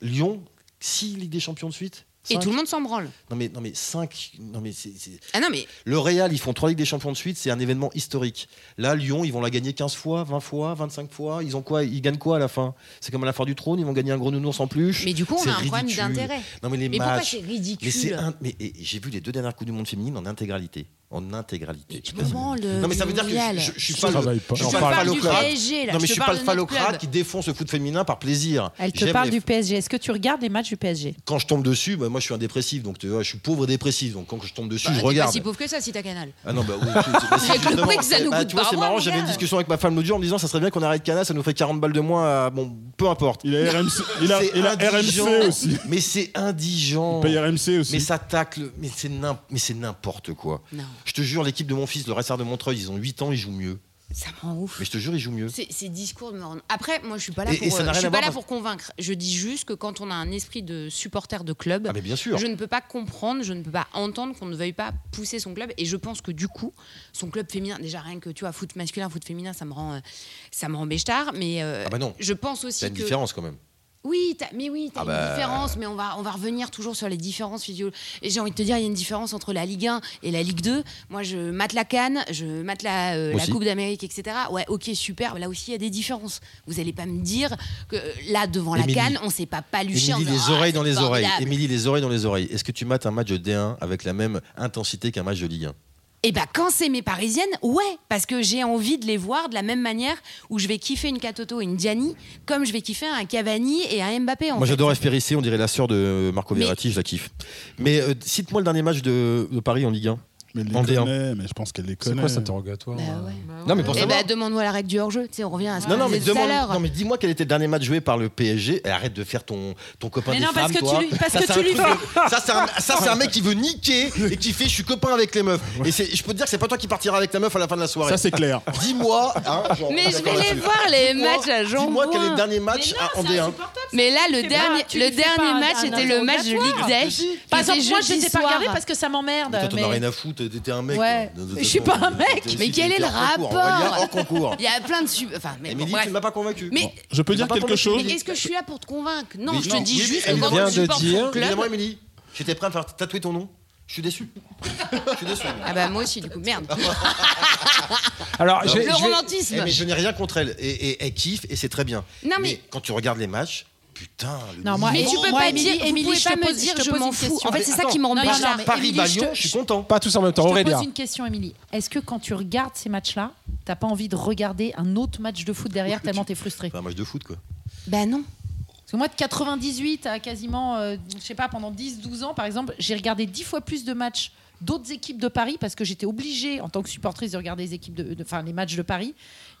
Lyon, 6 Ligue des Champions de suite
Et
Cinq
tout le monde s'en branle.
Non mais, non mais 5, non mais c'est- c'est-
Ah non, mais
Le Real, ils font 3 Ligues des Champions de suite, c'est un événement historique. Là, Lyon, ils vont la gagner 15 fois, 20 fois, 25 fois. Ils ont quoi Ils gagnent quoi à la fin C'est comme à la fin du trône, ils vont gagner un gros nounours en plus.
Mais du coup, on
C'est
a un problème
ridicule.
d'intérêt.
Non, mais les
Mais pourquoi
matchs.
c'est ridicule
mais c'est un- mais, et- et j'ai vu les deux dernières Coupes du Monde féminine en intégralité. En intégralité.
Je me branle.
non, mais
du
ça veut dire que
mondial.
je, je suis
Je
pas
travaille
le,
pas.
je
On
suis pas le
parle du
phallocrate.
PSG,
Non,
là. Je
mais je
te
suis pas
parle
le
de notre
phallocrate
club.
qui défonce le foot féminin par plaisir.
Elle te
J'aime
parle
les-
du PSG. Est-ce que tu regardes les matchs du PSG
Quand je tombe dessus, bah, moi je suis un dépressif, donc tu vois, je suis pauvre et dépressif. Donc quand je tombe dessus,
Bah,
je
t'es
regarde.
pas si pauvre que ça si t'as canal.
Ah non, bah oui. tu- tu- mais si,
Avec le
justement,
prix que ça nous
bah,
coûte
Tu vois,
par
c'est
mois,
marrant,
mon
j'avais
gars.
une discussion avec ma femme l'autre jour en me disant ça serait bien qu'on arrête Cana, ça nous fait 40 balles de moins. à- Bon, peu importe.
Il a RMC, il a,
C'est
il a
indigent.
RMC aussi.
Mais c'est indigent.
Il paye RMC aussi.
Mais ça tacle, mais c'est n'im- mais c'est n'importe quoi.
Non,
Je te jure, l'équipe de mon fils, le Racing de Montreuil, ils ont 8 ans, ils jouent mieux.
ça me rend ouf.
Mais je te jure, ils jouent mieux.
Ces, ces discours me rendent. Après, moi, je suis pas là
Et-
pour,
et ça
euh,
n'a rien
je suis
à
pas
voir
là
parce-
pour convaincre. Je dis juste que quand on a un esprit de supporter de club,
Ah, mais bien sûr.
je ne peux pas comprendre, je ne peux pas entendre qu'on ne veuille pas pousser son club. Et je pense que du coup, son club féminin, déjà rien que tu vois, foot masculin, foot féminin, ça me rend, euh, ça me rend béchtard. Mais euh,
Ah bah non.
je pense
C'est
aussi
une
que
différence quand même.
Oui, t'as- mais oui, t'as
Ah
une
bah.
différence, mais on va, on va revenir toujours sur les différences physiologiques. Et j'ai envie de te dire, il y a une différence entre la Ligue 1 et la Ligue 2. Moi, je mate la Cannes, je mate la, euh, la
Aussi.
Coupe d'Amérique, etc. Ouais, ok, super, mais là aussi, il y a des différences. Vous allez pas me dire que euh, là, devant
Émilie.
la Cannes, on s'est pas paluché en
Émilie,
disant,
les
Ah,
oreilles dans
c'est
les oreilles.
formidable.
Émilie, les oreilles dans les oreilles. Est-ce que tu mates un match de D1 avec la même intensité qu'un match de Ligue 1
Et bah, quand c'est mes parisiennes, ouais, parce que j'ai envie de les voir de la même manière où je vais kiffer une Katoto et une Diani, comme je vais kiffer un Cavani et un Mbappé. En
Moi
fait.
j'adore Espérissé, on dirait la sœur de Marco
Mais-
Verratti, je la kiffe. Mais euh, cite-moi le dernier match de, de Paris en Ligue 1.
Mais elle les
En D1.
connaît, mais je pense qu'elle les
C'est
connaît.
quoi cet interrogatoire
Bah
euh
ouais.
Non mais pour
Eh
savoir.
bah, demande-moi la règle du hors-jeu, tu sais, on revient à ce
Non,
qu'on
non, mais
disait tout à
demande-
l'heure.
non, mais dis-moi quel était le dernier match joué par le PSG. Et Eh, arrête de faire ton, ton copain
Mais
des
non, parce
femmes,
que
toi.
tu lui- parce
ça,
que
c'est
tu
un
lui
truc de- ça, c'est un, ça, c'est un mec qui veut niquer et qui fait je suis copain avec les meufs. Et c'est- je peux te dire que c'est pas toi qui partiras avec ta meuf à la fin de la soirée.
Ça, c'est clair.
Dis-moi. hein, genre,
Mais je
d'accord
vais les
là-dessus.
voir les
Dis-moi-
matchs à Jean
Dis-moi quel est le
Bouin.
dernier match à- en D1.
Mais là, le
pas-
dernier,
tu
le
lui fais pas un-
dernier match
un
était le match de Ligue
interrogatoire.
Dash.
Par exemple, moi, je ne les ai pas regardés parce que ça m'emmerde.
Toi, t'en
mais-
as rien à foutre, t'étais un mec. euh,
Ouais.
De toute
Je suis
façon,
pas un mec.
t'étais-
Mais
si,
quel est
t'étais
le
hors concours.
rapport
Aurélien, hors concours.
Il y a plein de sub. Enfin, mais bon,
Émilie,
bref.
tu ne m'as pas convaincu.
Mais-
Je peux dire
pas
quelque
convaincu,
chose
Mais est-ce que je suis là pour te convaincre Non,
Oui,
je
non,
te dis
oui,
juste
elle
que quand
vient
on
de
supporte
dire-
son club.
Évidemment, Émilie, j'étais prêt à me faire tatouer ton nom. Je suis déçu. Je suis déçu. Eh,
Ah bah moi aussi, du coup, merde.
Alors, je vais-
Le
je vais-
Eh,
romantisme.
mais je n'ai rien contre elle. Et, et- elle kiffe et c'est très bien.
Non, mais-
quand tu regardes les matchs, putain. Le
Non,
niveau-
moi,
Mais
Émilie-
tu peux
moi,
pas
Émilie-
dire, vous
Émilie,
pouvez
je
pas
te
me
pose-
dire
je te
je
pose
m'en
une
fous.
question.
En fait, c'est ça
Attends.
qui me rend
Non, non, non,
béchard.
mais-
Paris
Émilie, je
Bagnon,
te-
je suis content.
Pas tous en même temps.
Je te
Aurélia.
pose une question, Émilie. Est-ce que quand tu regardes ces matchs-là, t'as pas envie de regarder un autre match de foot derrière tellement t'es frustré
Enfin, un match de foot quoi.
Bah non.
Parce que moi, de 98 à quasiment, euh, je sais pas, pendant 10-12 ans, par exemple, j'ai regardé 10 fois plus de matchs d'autres équipes de Paris parce que j'étais obligée, en tant que supportrice, de regarder les, équipes de, de- enfin, les matchs de Paris.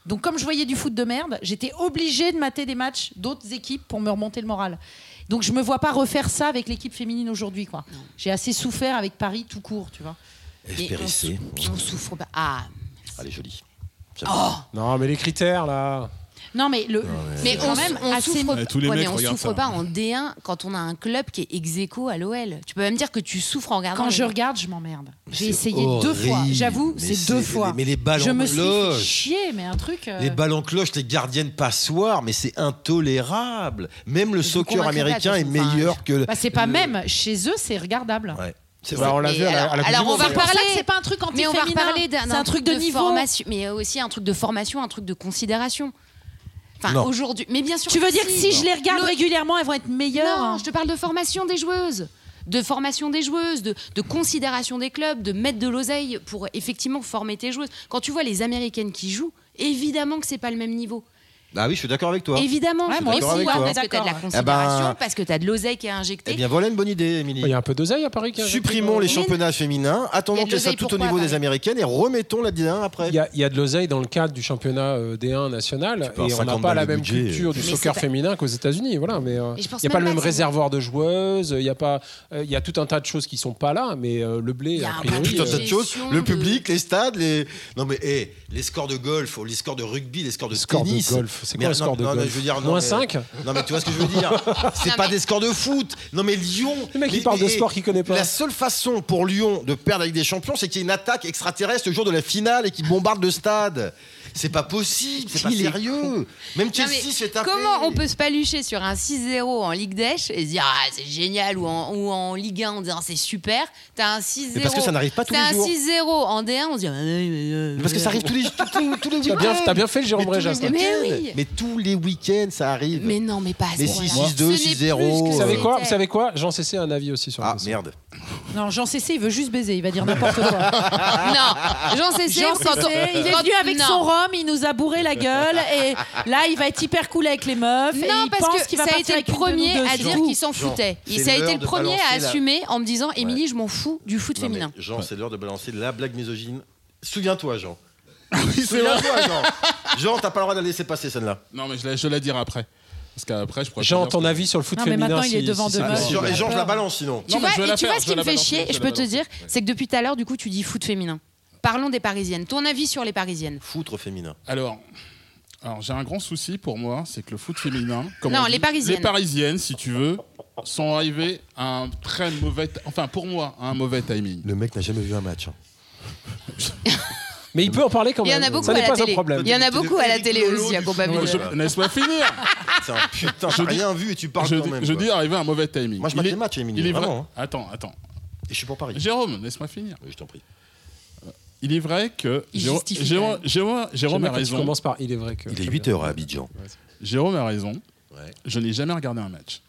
Donc, comme je voyais du foot de merde, j'étais obligée de mater des matchs d'autres équipes pour me remonter le moral. Donc, je me vois pas refaire ça avec l'équipe féminine aujourd'hui. quoi. J'ai assez souffert avec Paris tout court, tu vois.
Et on
Espérissé.
sou- On souffre pas. Ah.
Elle est jolie.
Non, mais les critères là.
Non, mais le.
Mais
quand
on,
même
même, on
assez-
souffre,
Ouais, tous les
ouais,
mecs
mais on
regardent
souffre
ça.
pas en D1 quand on a un club qui est ex aequo à l'OL. Tu peux même dire que tu souffres en
Ah
regardant.
Quand
les-
je regarde, je m'emmerde. J'ai
C'est
essayé deux
horrible.
fois. J'avoue,
Mais
c'est deux fois.
Mais les balles
je
en
me suis fait
cloche.
chier, mais un truc. euh,
Les balles en cloche, les gardiennes passoires, mais c'est intolérable. Même le
vous
soccer
convaincrez pas,
américain
de
est
toute façon,
meilleur que. le-
Bah, c'est pas même. Chez eux, c'est regardable.
Ouais. C'est
Bah,
vrai.
on l'a
Mais
vu à la, à la Coupe
alors,
du
on
Monde,
va
d'ailleurs.
C'est pour ça
parler-
que c'est pas un truc anti
Mais on va reparler d'un
C'est
d'un
un truc de, niveau.
formation, mais aussi un truc de formation, un truc de considération. Enfin,
Non.
aujourd'hui, mais bien sûr.
Tu veux dire que si je les regarde
Non.
régulièrement, elles vont être meilleures
Non,
hein.
je te parle de formation des joueuses. de formation des joueuses, de, de considération des clubs, de mettre de l'oseille pour effectivement former tes joueuses. Quand tu vois les Américaines qui jouent, évidemment que c'est pas le même niveau.
Ah oui, je suis d'accord avec toi.
Évidemment,
Ouais, moi
Et
aussi,
pourquoi
ouais,
parce que t'as de la
d'accord.
considération,
Eh ben-
parce que t'as de l'oseille qui est injectée.
Eh bien, voilà une bonne idée, Émilie.
Il y a un peu d'oseille à Paris qui a-
Supprimons les
Mais
championnats féminins,
Il y
attendons
a de
que ça
l'oseille,
tout au
pourquoi,
niveau des
Paris
américaines et remettons la D1 après.
Il y, a, il y a de l'oseille dans le cadre du championnat euh, D1 national
peux avoir
et on n'a
50
pas
balles
la
de
même
budget, euh.
culture du
Mais
soccer
c'est pas-
féminin qu'aux États-Unis. Voilà, mais euh,
Et
il
je pense
n'y a pas
même
le
pas
même
que c'est-
réservoir de joueuses. Il y a pas, euh, il y a tout un tas de choses qui sont pas là. Mais euh, le blé,
Il y a
a
un
priori,
tout
budget.
un
euh,
tas de choses.
gestion
Le
de-
public, les stades, les. Non mais hé, les scores de golf, les scores de rugby, les scores de
score de
tennis.
golf. C'est quoi
Mais
le
non,
score de
non, mais
golf
je veux dire, non,
Moins
mais-
5
Non mais tu vois ce que je veux dire C'est
Non,
pas
mais-
des scores de foot Non mais Lyon
Le mec, il
mais-
parle de
mais-
sport qu'il connaît pas.
La seule façon pour Lyon de perdre avec des champions, c'est qu'il y ait une attaque extraterrestre le jour de la finale et qu'il bombarde le stade. C'est pas possible, c'est pas
Il est
sérieux Même
Non,
Chelsea
mais
se fait taper
Comment on peut se palucher sur un 6-0 en Ligue d'Esch et se dire ah c'est génial ou en, ou en Ligue 1 en disant c'est super T'as un 6-0.
Mais parce que ça n'arrive pas tous
T'as
les jours.
un 6-0 en D1 on se dit. ah, euh, euh,
Parce que ça arrive tous les, tous, tous- tous les
T'as bien,
week-ends.
t'as bien fait le
Mais
Jérôme hein.
tous
Réjas.
les
là.
Mais
week-ends.
oui.
Mais tous les week-ends, ça arrive.
Mais non mais pas. à ce
Mais
point-là.
6-2,
Ce
6-0.
n'est plus ce que
Vous
Vous savez quoi Vous
c'était.
savez quoi Jean Cessé a un avis aussi sur la
Ah
question.
merde.
Non, Jean Cessé, il veut juste baiser, il va dire n'importe quoi.
Non, Jean Cessé,
Jean
quand on-
Cessé, il est
quand-
venu avec
non.
son rhum, il nous a bourré la gueule et là, il va être hyper cool avec les meufs. et
Non,
il pense
parce que
qu'il va
ça a
partir
été le
avec une de nous
premier
deux,
à
c'est
dire
tout.
qu'il s'en
Jean,
foutait. Il
c'est
ça a été
l'heure
le
de
premier à
balancer la-
assumer en me disant Émilie, je m'en fous du foot
Non, mais
féminin.
Jean, c'est l'heure de balancer la blague misogyne. Souviens-toi, Jean. Souviens-toi, Jean. Jean, t'as pas le droit de la laisser passer celle-là.
Non, mais je la, je la dirai après. Parce qu'après, je pourrais. pas
Jean,
dire
ton
que-
avis sur le foot
Non, mais
féminin
maintenant, il est
si-
devant
si
deux
c'est
Ah,
meufs.
possible.
Jean, et Jean, je la balance sinon.
Tu
Non, mais
vois,
je vais
et
la
tu
faire,
vois ce
je vais
qui me
la
fait
balancer,
chier,
je vais
je
la
peux te
balancer.
dire, c'est que depuis tout à l'heure, du coup, tu dis foot féminin. Parlons des parisiennes. Ton avis sur les parisiennes
Foutre féminin.
Alors, alors j'ai un grand souci pour moi, c'est que le foot féminin. comme
Non,
on dit,
les Parisiennes.
Les parisiennes, si tu veux, sont arrivées à un très mauvais. Enfin, pour moi, à un mauvais timing.
Le mec n'a jamais vu un match. hein.
Mais il peut en parler quand
Il y
même.
en a beaucoup
Ça
à
n'est
la
pas un
télé.
problème.
Il y en a
C'était
beaucoup à la
Eric
télé
Nolot
aussi,
du
à Combat
Non, je- Laisse-moi finir
C'est un putain, j'ai rien vu et tu parles
je,
quand
dis-
même.
je
quoi.
dis arriver à un mauvais timing.
Moi, je
Il
marque
est-
les matchs, Émilie,
Il est vrai-
vraiment, hein.
Attends, attends.
Et je suis pour Paris.
Jérôme, laisse-moi finir.
Oui, Je t'en prie.
Il est vrai que.
Il
Jérôme,
justifie
Jérôme,
quand
Jérôme- Jérôme a
J'aime bien quand tu
raison.
commences par il est vrai que.
Il est 8h à Abidjan. Oh,
Jérôme a raison.
Ouais.
Je n'ai jamais regardé un match.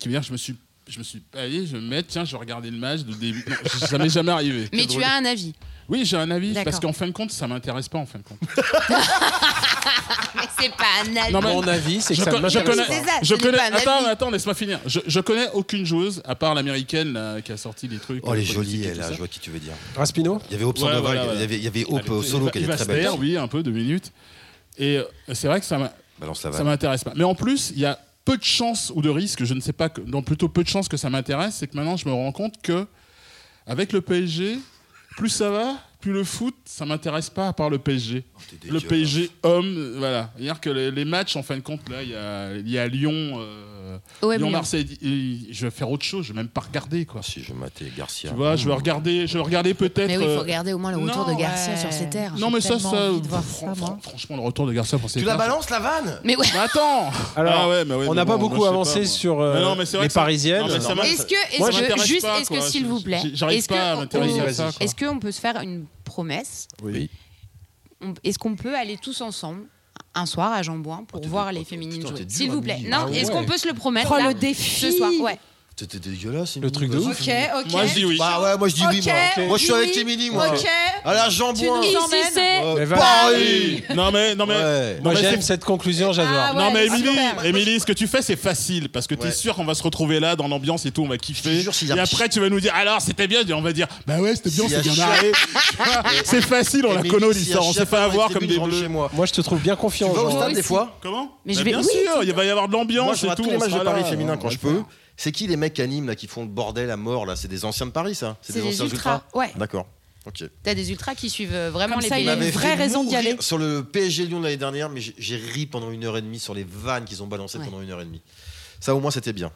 Qui veut dire que je me suis. Je me suis pas allé, je vais me mettre, tiens, je vais regarder le match de début. Non, ça m'est jamais arrivé.
Mais
Quel
tu
drôle.
as un avis.
Oui, j'ai un avis,
D'accord.
parce qu'en fin de compte, ça m'intéresse pas, en fin de compte.
Mais c'est pas un avis.
Non, mais-
Mon avis, c'est que
Je
ça
co-
ne
je
m'intéresse
connais,
pas.
C'est ça,
je
ce n'est
connais-
pas un
attends,
avis.
attends, laisse-moi finir. Je, je connais aucune joueuse, à part l'américaine là, qui a sorti les trucs.
Oh, elle
les
est jolie,
politiques et
elle,
tout
là,
ça.
je vois qui tu veux dire.
Raspino
Il y avait Hope
Ouais,
Sandoval,
voilà,
il y
voilà.
avait, il y avait
Ah,
Hope
le-
au solo,
il
qui est
va
très
se
belle.
taire, oui, un peu, deux minutes. Et euh, c'est vrai que ça m'a-
Balance la
ça
vanne.
m'intéresse pas. Mais en plus, il y a peu de chances ou de risques, je ne sais pas, que, non, plutôt peu de chances que ça m'intéresse, c'est que maintenant je me rends compte que, avec le PSG, plus ça va, plus le foot, ça m'intéresse pas à part le PSG.
t'es
Le
dégueulasse.
PSG homme, euh, voilà. C'est-à-dire que les, les matchs, en fin de compte, là, il y a, il y a Lyon, euh,
OM,
Lyon,
Lyon.
Marseille. et je vais faire autre chose, je vais même pas regarder, quoi.
Ah, Si je matais Garcia.
Ah
Tu vois, je vais regarder, je vais regarder peut-être.
Mais oui, il
euh,
faut regarder au moins le retour
non,
de Garcia
ouais.
sur ses terres.
non, mais ça,
tellement
ça,
envie de voir
fran-
ça, moi.
fran- franchement, le retour de Garcia pour ses
Tu la
terres,
balances la vanne
Mais ouais.
Mais attends
Alors,
Ah ouais, mais ouais,
on
mais
n'a
bon,
pas
moi,
beaucoup
je sais
avancé
pas,
sur
moi.
euh,
Mais non, mais c'est vrai
les
que ça-
Parisiennes.
Non, mais ça m'a-
Est-ce que, est-ce
Moi,
que-
je m'intéresse
juste,
pas,
est-ce que
quoi.
s'il
Je-
vous
je-
plaît,
j'arrive
est-ce
pas à
que-
m'intéresser
on-
à ça, quoi.
est-ce qu'on peut se faire une promesse
Oui.
On- Est-ce qu'on peut aller tous ensemble un soir à Jean-Bouin pour voir les féminines
putain,
jouer
t'es dur,
S'il vous plaît.
Amélie.
Non,
Ah
est-ce
ouais.
qu'on peut se le promettre
Oh,
là,
le défi
ce soir Ouais.
T'étais dégueulasse.
Le truc de ouf.
Ok, ok.
Moi, je dis oui.
Bah ouais, moi je dis oui,
Ok,
moi. Moi je suis
oui,
avec Émilie, moi.
Ok.
À la jambouin.
nous
Ici,
emmènes.
c'est-
Euh,
Mais va-
Paris
Non, mais. Non, mais...
Ouais.
Moi
Non, mais
j'aime
c'est-
cette conclusion,
Ah
j'adore.
ouais,
non mais
c'est
Émilie,
super.
Émilie, ce que tu fais c'est facile parce que t'es
Ouais.
sûr qu'on va se retrouver là dans l'ambiance et tout, on va kiffer.
jure, s'il y a
et
un
après tu vas nous dire alors c'était bien, et on va dire bah ouais c'était bien,
S'il y a
c'est bien
chien-
marré. c'est facile, on la
Émilie,
connaît
si
l'histoire,
un
on
chien
s'est fait avoir
dans les
comme
tribunes,
des
je rentre
bleus.
chez moi.
Moi je te trouve bien
Tu
confiant,
vas au
Jean.
stade des fois
Comment
Mais je
Bah,
vais-
Bien
oui,
sûr, il va y avoir de
Moi
l'ambiance
je
et
vois
tout.
tous les
on
matchs de
sera
Paris
là. Ah,
féminin quand
Ouais.
je peux. C'est qui les mecs animes là qui font le bordel à mort là C'est des anciens de Paris ça
C'est des ultras. Ouais.
D'accord. Ok.
T'as des ultras qui suivent euh, vraiment
Comme
les
ça, il y a
pays.
une
m'avait
vraie
fait
raison d'y
mourir
aller.
Sur le PSG Lyon de l'année dernière, mais j'ai- j'ai ri pendant une heure et demie sur les vannes qu'ils ont balancées
Ouais.
pendant une heure et demie. Ça au moins c'était bien.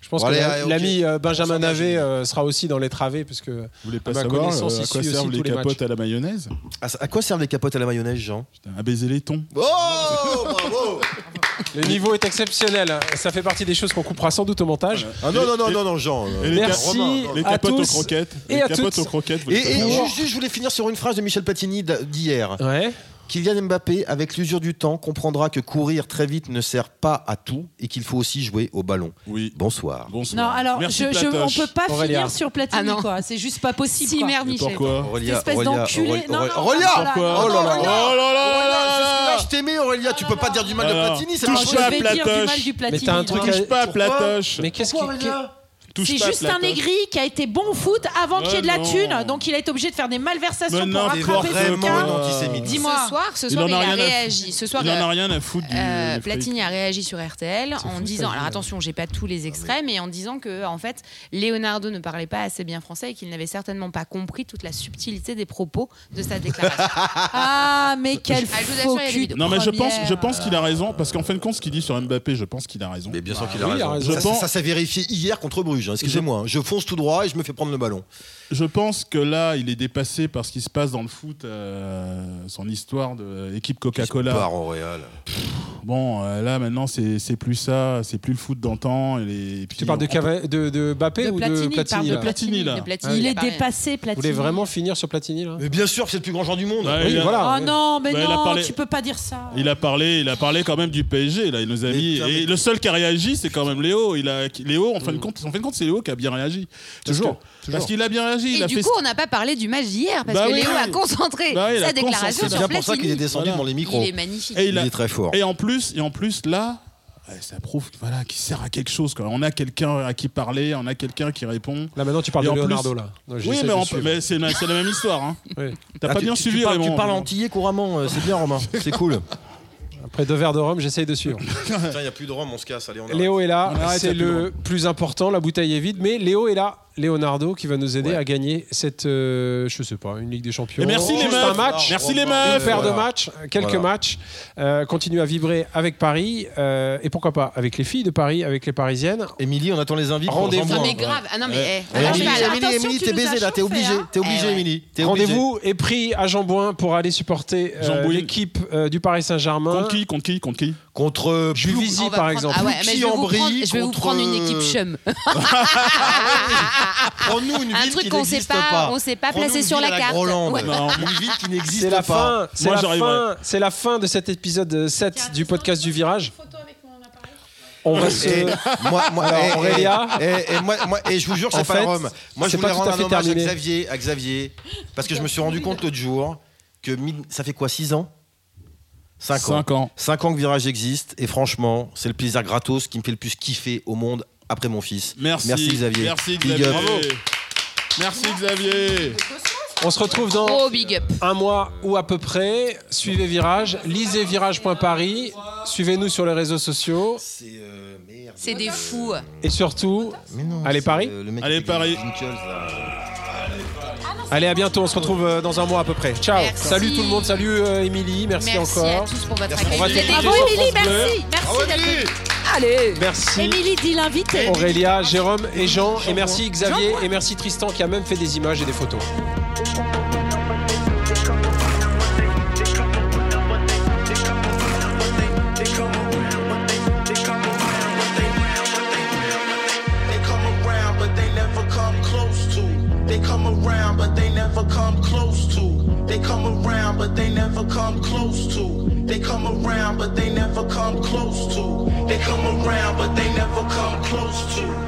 Je pense
Bon,
que
allez,
la-
allez, ok.
l'ami euh, Benjamin
On s'en
Navet
va,
euh, sera aussi dans les travées parce que
Vous
Ah
voulez pas
À
bah,
ma
savoir euh,
connaissance,
à
il
quoi
suit
servent
aussi
les
tous les
capotes
matchs.
à la mayonnaise
À, à quoi servent les capotes à la mayonnaise, Jean
Putain, À baiser les tons.
Oh bravo
le niveau est exceptionnel. hein. Ça fait partie des choses qu'on coupera sans doute au montage.
Ah non non non non non Jean. euh,
Et les cap-
Merci
Romain, non,
Les
à
capotes aux
tous
croquettes.
et
Les
à
capotes
toutes.
aux croquettes. vous
Et,
les
et
faites.
juste, juste, je voulais finir sur une phrase de Michel Platini d'a- d'hier.
Ouais.
Kylian Mbappé, avec l'usure du temps, comprendra que courir très vite ne sert pas à tout et qu'il faut aussi jouer au ballon.
Oui.
Bonsoir.
Bonsoir.
Non, alors,
Merci,
je, je- on
Platoche.
peut pas
Aurélia.
finir sur Platini,
Ah non.
quoi. C'est juste pas possible.
Si,
quoi.
merde,
Et
Michel.
pourquoi
Aurélia,
Espèce d'enculé. Non, non, non,
Aurélia,
non, non,
Pourquoi
non,
Oh là
non,
là
non, non.
là
Oh là là là là
Jusque-là,
là
je t'aimais, Aurélia. Tu peux pas dire du mal de
Alors,
Platini, c'est
touche
Alors,
pas
je
pas à
vais dire du
Platoche.
mal du Platini.
Mais t'as un truc
hein.
à-
Touche pas à
Pourquoi
Platoche.
Mais qu'est-ce qui.
Pourquoi, Aurélia
Touche
C'est
pas à
juste un
Platoche.
aigri qui a été bon au foot avant qu'il ait de la
non.
thune, donc il a été obligé de faire des malversations
Mais
pour
non,
T'es
rattraper
Attraper
vraiment
quelqu'un.
un
non.
quelqu'un.
antisémite.
Dis-moi.
Ce soir, ce
Il
soir,
en
il,
a
a,
rien à
réagi. euh, Ce soir,
Il
il
en
a-
a rien à foutre du.
euh,
du fric.
Platini a réagi sur RTL
C'est
en
fou,
disant,
ça,
alors
ouais.
attention, j'ai pas tous
Ah,
les extraits, mais en disant que en fait, Leonardo ne parlait pas assez bien français et qu'il n'avait certainement pas compris toute la subtilité des propos de sa déclaration.
Ah, mais quel
Ah, je vous
faux
assure, il y a des
cul
vidéos.
Non mais je pense, je
première.
pense qu'il a raison parce qu'en fin de compte, ce qu'il dit sur Mbappé, je pense qu'il a raison.
Mais bien sûr
Bah
qu'il a
oui, il a
raison.
raison.
Ça,
Je pense-
ça, ça s'est vérifié hier contre Bruges. hein. Excusez-moi. hein. Je fonce tout droit et je me fais prendre le ballon.
Je pense que là, il est dépassé par ce qui se passe dans le foot, euh, son histoire de euh, équipe Coca-Cola.
Part en Real.
Bon, euh, là maintenant, c'est c'est plus ça, c'est plus le foot d'antan. Et les- et puis,
Tu parles de,
on-
Cava- de, de Mbappé
De
ou
Platini,
de
il parle
Platini
de
là
Platini. là. Ah,
De Platini,
Il est
pareil.
dépassé,
Vous
Platini.
voulez vraiment finir sur Platini là
Mais bien sûr que c'est le plus grand joueur du monde.
Ouais,
Oui,
il, a,
voilà.
Oh non, mais
Bah, il a
non,
parlé-
tu peux pas dire ça.
il a parlé, il a parlé quand même du PSG là. Il nous a
Mais
mis.
putain, mais- Mm.
Et le seul qui a réagi, c'est quand même Léo. Il a Léo en fin de compte, en fin de compte, c'est Léo qui a bien réagi. Parce
Toujours,
que-
toujours.
Parce qu'il a bien réagi. il
Et
a
du
fait
coup, on n'a pas parlé du match d'hier parce
Bah
que
oui.
Léo a concentré
Bah oui, il a
sa déclaration
concentré.
C'est bien
sur
pour ça qu'il est
Platini.
descendu
Voilà.
dans les micros.
Il est magnifique.
Et
Il
il a-
est très fort.
Et en plus, et en plus là, ouais, ça prouve voilà, qu'il sert à quelque chose. Quoi. On a quelqu'un à qui parler, on a quelqu'un qui répond.
Là maintenant tu parles
Et
de
en plus-
Leonardo là. Non,
oui,
j'essaie
mais,
de
on-
suivre.
mais c'est la, c'est la même histoire. Hein.
Oui.
T'as
Ah,
pas
tu-
bien
tu-
suivi,
tu parles,
Raymond.
tu parles antillais couramment, euh, c'est bien Romain, c'est cool.
Après deux verres de rhum, j'essaye de suivre.
Putain, il n'y a plus de rhum, on se casse, allez, on
Léo est là,
On arrête,
c'est
ça pue
le plus important, la bouteille est vide, mais Léo est là, Leonardo qui va nous aider
Ouais.
à gagner cette, euh, je sais pas, une Ligue des Champions.
Et merci les
Juste
meufs.
un match,
Merci les
une
meufs.
paire de
Voilà.
matchs, quelques
Voilà.
matchs. Euh, continue à vibrer avec Paris euh, et pourquoi pas avec les filles de Paris, avec les Parisiennes.
Émilie, on attend les invités.
Rendez-vous.
Non,
Moi,
mais grave. Ah non, mais. eh,
Eh,
alors,
Émilie,
je parle-
Émilie, attention, tu
t'es
nous as
baisé là, t'es
chauffé,
obligé,
hein.
t'es
Eh
obligé,
ouais.
Émilie. t'es obligé.
Rendez-vous est pris à Jean-Bouin pour aller supporter euh,
Jean-Bouin.
l'équipe euh, du Paris Saint-Germain.
Contre qui Contre qui Contre qui
contre euh,
Juvisy,
on va
par
prendre-
exemple.
Ah ouais, mais je vais, vous
Puy-en-Brie
prendre, je vais vous
contre-
prendre une équipe chum.
Prends-nous une
Ah, Un
ville
truc
qui
qu'on sait
n'existe
pas,
pas.
on sait pas
Prends-nous
placer
une
sur
ville
la
à
carte.
Groenland.
Ouais.
Une ville qui
C'est
n'existe
la
pas.
fin, c'est
Moi,
la
j'arriverai.
fin, c'est la fin de cet épisode euh, 7 du podcast du virage. On va se
Et moi, moi,
Alors,
et- et-
Aurélia
et, et moi, moi- et je vous jure,
En
c'est pas
fait,
le rhum. Moi,
c'est
je
pas tout
voulais
à
rendre un
fait
hommage à
terminé.
Xavier, à Xavier, parce que je me suis rendu compte l'autre jour que mille- ça fait quoi, 6 ans 5 ans.
Cinq ans.
5 ans que Virage existe, et franchement, c'est le plaisir gratos qui me fait le plus kiffer au monde après mon fils.
Merci.
Merci Xavier.
Merci
Big
Xavier.
up.
Merci Xavier.
On se retrouve dans
Oh, big up.
un mois ou à peu près. Suivez Virage, lisez virage.paris, suivez-nous sur les réseaux sociaux
C'est euh, merde.
C'est des fous.
et surtout,
Mais non,
Allez,
c'est,
Paris.
euh, le mec
Allez,
avec les
Paris.
Jingles, là.
allez à bientôt. On se retrouve euh, dans un mois à peu près. Ciao.
Merci.
Salut tout le monde. Salut euh, Émilie. Merci,
Merci
encore.
à tous pour votre
On va
accueil.
se
C'était
quitter
beau,
sur
Émilie,
France Bleu.
merci.
Merci d'être venu.
Allez.
Merci.
Émilie dit l'invité.
Aurélia, Jérôme et Jean, et merci Xavier, et merci Tristan qui a même fait des images et des photos.
They come around, but they never come close to. They come around, but they never come close to. They come around, but they never come close to. They come around, but they never come close to. They come around, but they never come close to.